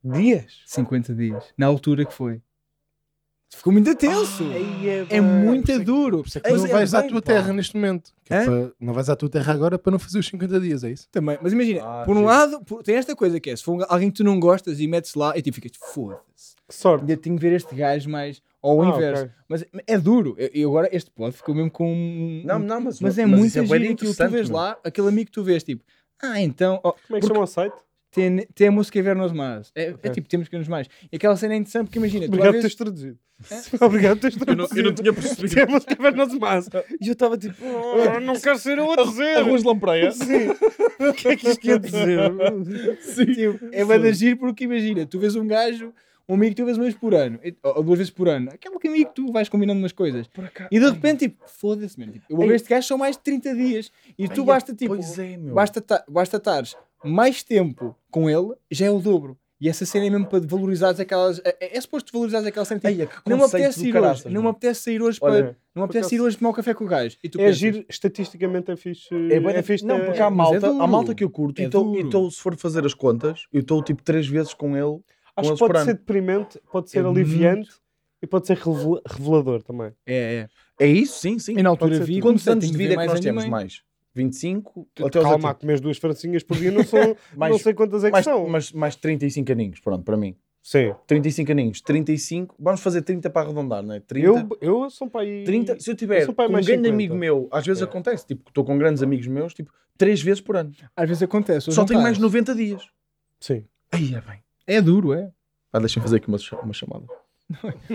Dias? 50 dias, na altura que foi. Ficou muito tenso. é muito duro. é Tu não Mas, vais à bem, tua pá. terra neste momento. Que é Hã? para- Não vais à tua terra agora para não fazer os 50 dias, é isso? também, mas imagina, Ah, por um sim. lado, por- tem esta coisa que é: se for um- alguém que tu não gostas e metes lá e tipo ficas, foda-se, Que sorte. ainda tenho que ver este gajo mais, ou o Ah, inverso. ok. Mas é duro. Eu- E agora este pod ficou mesmo com. um- Não, um- não, mas, mas é isso muito bué de giro aquilo que tu interessante, vês meu. lá, aquele amigo que tu vês, tipo, ah, então, oh, Como é que chama o site? tem, temos que ver nos mais. É, é Ok. tipo, temos que ver nos mais. E aquela cena é interessante porque imagina, tu às Obrigado vezes. por É? teres traduzido. Obrigado por teres Eu não, traduzido. eu não tinha percebido. Temos cavernas de massa. E eu estava tipo, "Oh, não quero ser eu a dizer. de lampreia. Sim. O que é que isto quer dizer? Tipo, é bem de giro porque imagina, tu vês um gajo, um amigo que tu vês uma vez por ano, e- ou ou duas vezes por ano, aquele que amigo que tu vais combinando umas coisas, e de repente, tipo, foda-se, mano, tipo, eu vou ver este gajo são mais de 30 dias, e tu basta, tipo, Pois é, meu. basta ta- basta estares mais tempo com ele, já é o dobro. E essa cena é mesmo para valorizares aquelas. É, é, é suposto valorizares aquela cena. Tipo, Ai, é que não me conceito apetece do ir caraças, hoje. Não me meu. apetece sair hoje Olha, para. Não me por apetece ir acaso- hoje tomar um café com o gajo. E tu É pensas, giro, estatisticamente é fixe. É bué de- fixe Não, ter- porque há mas é malta, há duro. malta que eu curto. É e então, duro. então, se for fazer as contas, eu estou tipo três vezes com ele. Acho um que pode aspirante. ser deprimente, pode ser É aliviante e pode ser revela- revelador também. É, é. É isso? Sim, sim. E na altura ser vi. E quantos comecei a Tipo, anos ter de ver vida é que nós anime. temos mais? 25? Até Calma, a comer duas francinhas por dia não, são, Mais- não sei quantas é que mais, são. mais, mais 35 aninhos, pronto, para mim. Sim. 35 aninhos. 35. Vamos fazer 30 para arredondar, não é? 30. Eu, eu sou para aí... 30, se eu tiver Eu sou pai com um mais grande 50. amigo meu, às vezes É. acontece, tipo, estou com grandes amigos meus, tipo, três vezes por ano. Às vezes acontece. hoje Só não tenho mais estás. 90 dias. Sim. Aí é bem. É duro, é. Ah, deixa-me fazer aqui uma, cha- uma chamada.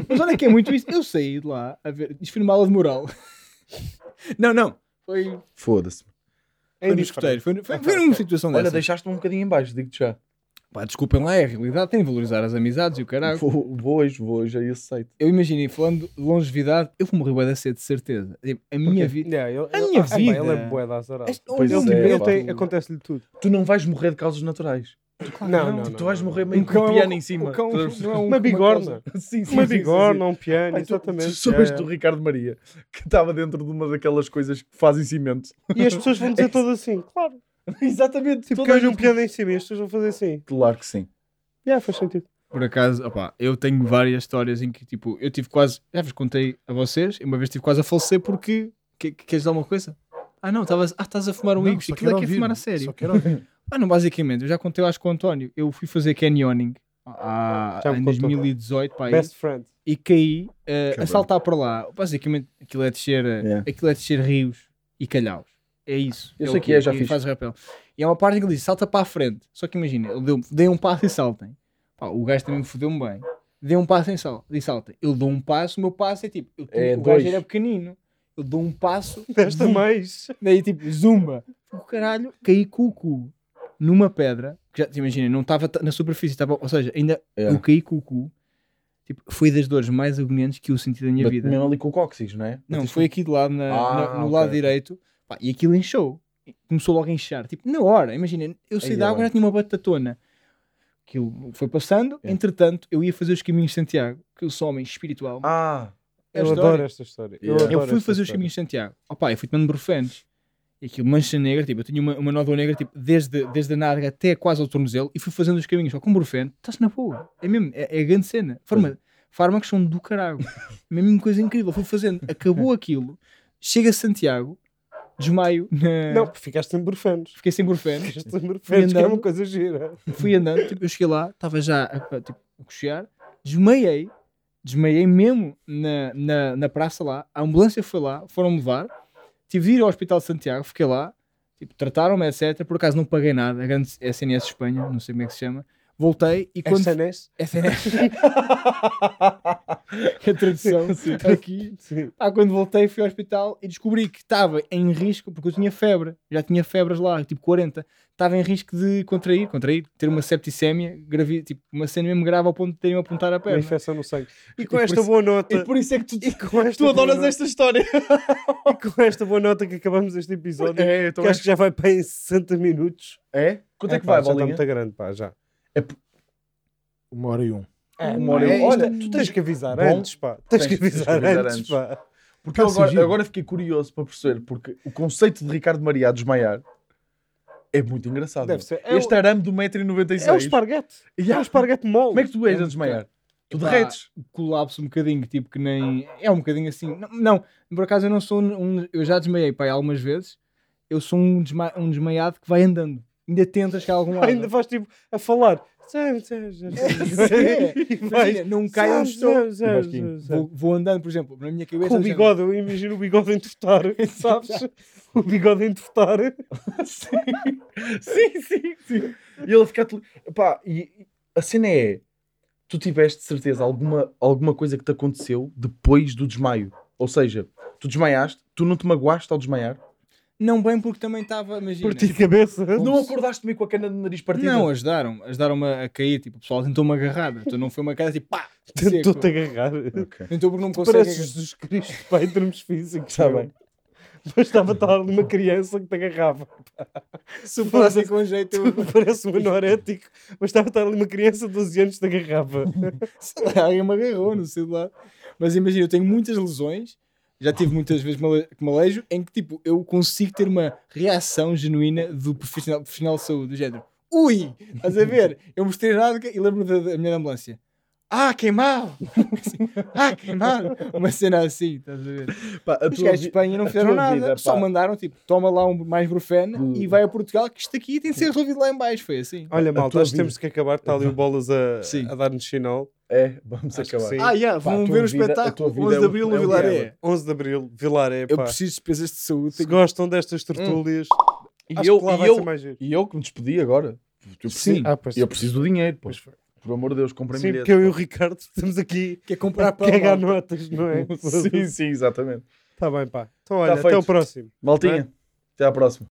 Mas olha que é muito isso. Eu saí de lá a ver. Isto foi numa aula de moral. Não, não. Foi, Foda-se. foi no indiferente. escoteiro. Foi, foi, foi numa situação Olha, dessa. deixaste-me um bocadinho em baixo, digo-te já. Pá, desculpem lá, é a realidade. Tem de valorizar as amizades e o caralho. Vou, vou hoje, vou hoje a esse site. Eu imaginei, falando de longevidade, eu vou morrer bué da cedo, de certeza. Tipo, A minha vida... Yeah, ele, A ele- minha ah, pá, Ele vida. é bué da azarada. Este- Pois um é, tipo, Ele pá. tem- Acontece-lhe tudo. Tu não vais morrer de causas naturais. Não, não, Tipo, não, tu vais não, morrer não. meio Um com cão é um um- piano em cima. o cão Tu- não é um- Uma bigorna. Sim, sim, Uma sim, sim, bigorna, um é. piano, Ai, tu, exatamente. tu soubeste yeah, do Ricardo Maria que estava dentro de uma daquelas coisas que fazem cimento. yeah. E as pessoas vão dizer todas assim, claro. Exatamente. Tipo, toda a caiu um gente- piano em cima e as pessoas vão fazer assim. Claro que sim. Yeah, faz sentido. Por acaso, opá, eu tenho várias histórias em que, tipo, eu tive quase... Já vos contei a vocês, uma vez tive quase a falecer porque... Que, que- queres dar alguma coisa? Ah, não, estavas... Ah, estás a fumar um Não, Igos. só Aquilo é quero que é ouvir, fumar a meu. sério. Só quero ouvir. Ah, não, basicamente, eu já contei, eu acho que o António, eu fui fazer canyoning Ah, há- Já me em contou. 2018 pá, aí, Best friend. e caí eh, Que a bom. saltar para lá. Basicamente, aquilo é descer, eh, Yeah. aquilo é descer rios e calhaus. É isso. Eu o sei que que- é, já e fiz. Faz rapel. E há uma parte em que ele diz: salta para a frente. Só que imagina, ele deu, dei um passo e saltem. Pá, o gajo também me fodeu-me bem. dê um passo em sal, de salta. Eu dou um passo, o meu passo é tipo, eu tenho- É o gajo dois. era pequenino. Eu dou um passo, Desta zum, mais. daí tipo, zumba. O caralho, caí com o cu numa pedra, que já te imagina, não estava ta- na superfície, estava, ou seja, ainda É. eu caí com o cu. Tipo, foi das dores mais agoniantes que eu senti da minha vida. Mesmo ali com o cóccix, não é? Não, Batiste foi aqui de lado, na, Ah, na- no ok, lado ok. direito. Pá, e aquilo encheu. Começou logo a inchar. Tipo, na hora, imagina, eu saí Ai, da água ai. já tinha uma batatona. Aquilo foi passando. É. Entretanto, eu ia fazer os caminhos de Santiago, que eu sou homem espiritual. Ah, É a Eu história. adoro esta história. Eu, Yeah. eu adoro fui esta fazer os história. caminhos de Santiago. Opa, eu fui tomando brufenes. E aquilo mancha negra, tipo, eu tinha uma, uma nódoa negra, tipo, desde, desde a nádega até quase ao tornozelo, e fui fazendo os caminhos só com brufeno, estás na boa. É mesmo, é, é a grande cena. Farma, fármacos são do caralho. É mesmo uma coisa incrível. Fui fazendo, acabou aquilo, chega a Santiago, desmaio, na... Não, porque ficaste sem burfanos. fiquei sem brufeno, Ficaste sem burfanos, que é uma andando. coisa gira. fui andando, tipo, eu cheguei lá, estava já a, a, tipo, a cochear, desmaiei, desmaiei mesmo na, na, na praça lá, a ambulância foi lá, foram-me levar, tive de ir ao Hospital de Santiago, fiquei lá, tipo, trataram-me, etc. Por acaso não paguei nada, a grande SNS Espanha, não sei como é que se chama. Voltei e quando. SNS? SNS. a tradução aqui. Sim. Ah, quando voltei fui ao hospital e descobri que estava em risco, porque eu tinha febre, já tinha febres lá, tipo 40, estava em risco de contrair, contrair, ter uma septicemia, gravi, tipo uma cena mesmo grave ao ponto de terem-me apontar a Uma perna. infecção no sangue. E com por esta isso- boa nota. por isso é que tu, E com esta boa nota- história. e com esta boa nota que acabamos este episódio, É, eu que acho que já vai para em 60 minutos. É? Quanto é, que pá, vai, já está bolinha? muito grande, pá, já. Uma hora e um. Uma hora e É, um. isto- Olha, tu tens que avisar bom. antes, pá. Tens, Tens- que tens que avisar avisar antes, antes. pá. Porque assim, eu agora, Tá surgindo. agora fiquei curioso para perceber, porque o conceito de Ricardo Maria a desmaiar é muito engraçado. Deve meu. ser. É, este arame do 1,96m. o, é o esparguete. É o esparguete mole. Como é que tu és É a um desmaiar? Tu Epá, derretes. Colapso um bocadinho, tipo que nem. É um bocadinho assim. Não, não, por acaso eu não sou um. um- Eu já desmaiei, pai, algumas vezes. Eu sou um, desma- um desmaiado que vai andando. Ainda tenta chegar a algum lado. Ainda vais tipo a falar. E vais- Imagina, não cai onde estou. estou. Vou, vou andando, por exemplo, na minha cabeça. Com o já- bigode, eu imagino o bigode a entortar, sabes? O bigode a entortar. sim, sim, sim. E ele fica. atol- Pá, e e a cena é: tu tiveste de certeza alguma, alguma coisa que te aconteceu depois do desmaio. Ou seja, tu desmaiaste, tu não te magoaste ao desmaiar, Não bem porque também estava, imagina. Partir a cabeça. não acordaste meio com a cana de nariz partida. Não, ajudaram. Ajudaram-me a cair. Tipo, o pessoal tentou-me agarrar. Então não foi uma queda tipo pá! seco. Tentou-te agarrar. Tentou porque não me consegue. Parece Jesus Cristo, pá, em termos físicos. Tá meu. bem. Mas estava a estar ali uma criança que te agarrava. Se eu fosse com jeito, eu... Parece um anorético, mas estava a estar ali uma criança de 12 anos que te agarrava. sei lá, alguém me agarrou, não sei lá. Mas imagina, eu tenho muitas lesões. Já tive muitas vezes male- que me aleijo em que tipo, eu consigo ter uma reação genuína do profissional, profissional de saúde, do género. Ui! Estás a ver? Eu mostrei a nádega e lembro-me da, da mulher da ambulância. Ah, queimado! ah, queimado! Uma cena assim, estás a ver? Pá, a Os tua gajos de vi- Espanha não a fizeram tua nada, vida, só pá. Hum. mandaram tipo, toma lá um mais brufeno e vai a Portugal, que isto aqui tem de ser resolvido lá em baixo. Foi assim. Olha, malta, tua acho que temos que acabar. Está ali o Bolas a, Sim. a dar-nos sinal. É, vamos Acho que acabar. sim. Ah, yeah, Pá, a vão tua ver o vida- a tua espetáculo vida 11 de é um- Abril no é um Vilaré. diabo. 11 de Abril, Vilar é Eu pá. preciso de despesas de saúde. Se gostam destas tertúlias, Hum. E Ah, acho eu, que lá e, vai ser eu, mais giro. e eu que me despedi agora. Eu preciso, Ah, pois. Tipo, eu preciso do dinheiro, pô. Pois foi. Por amor de Deus, comprei Sim, bilhetes. porque eu e o Ricardo estamos aqui Que é para comprar pão. cagar malta. notas, não é? Sim, sim, exatamente. é? Está bem, pá. Então, olha, até feito. o próximo. Maltinha, até à próxima.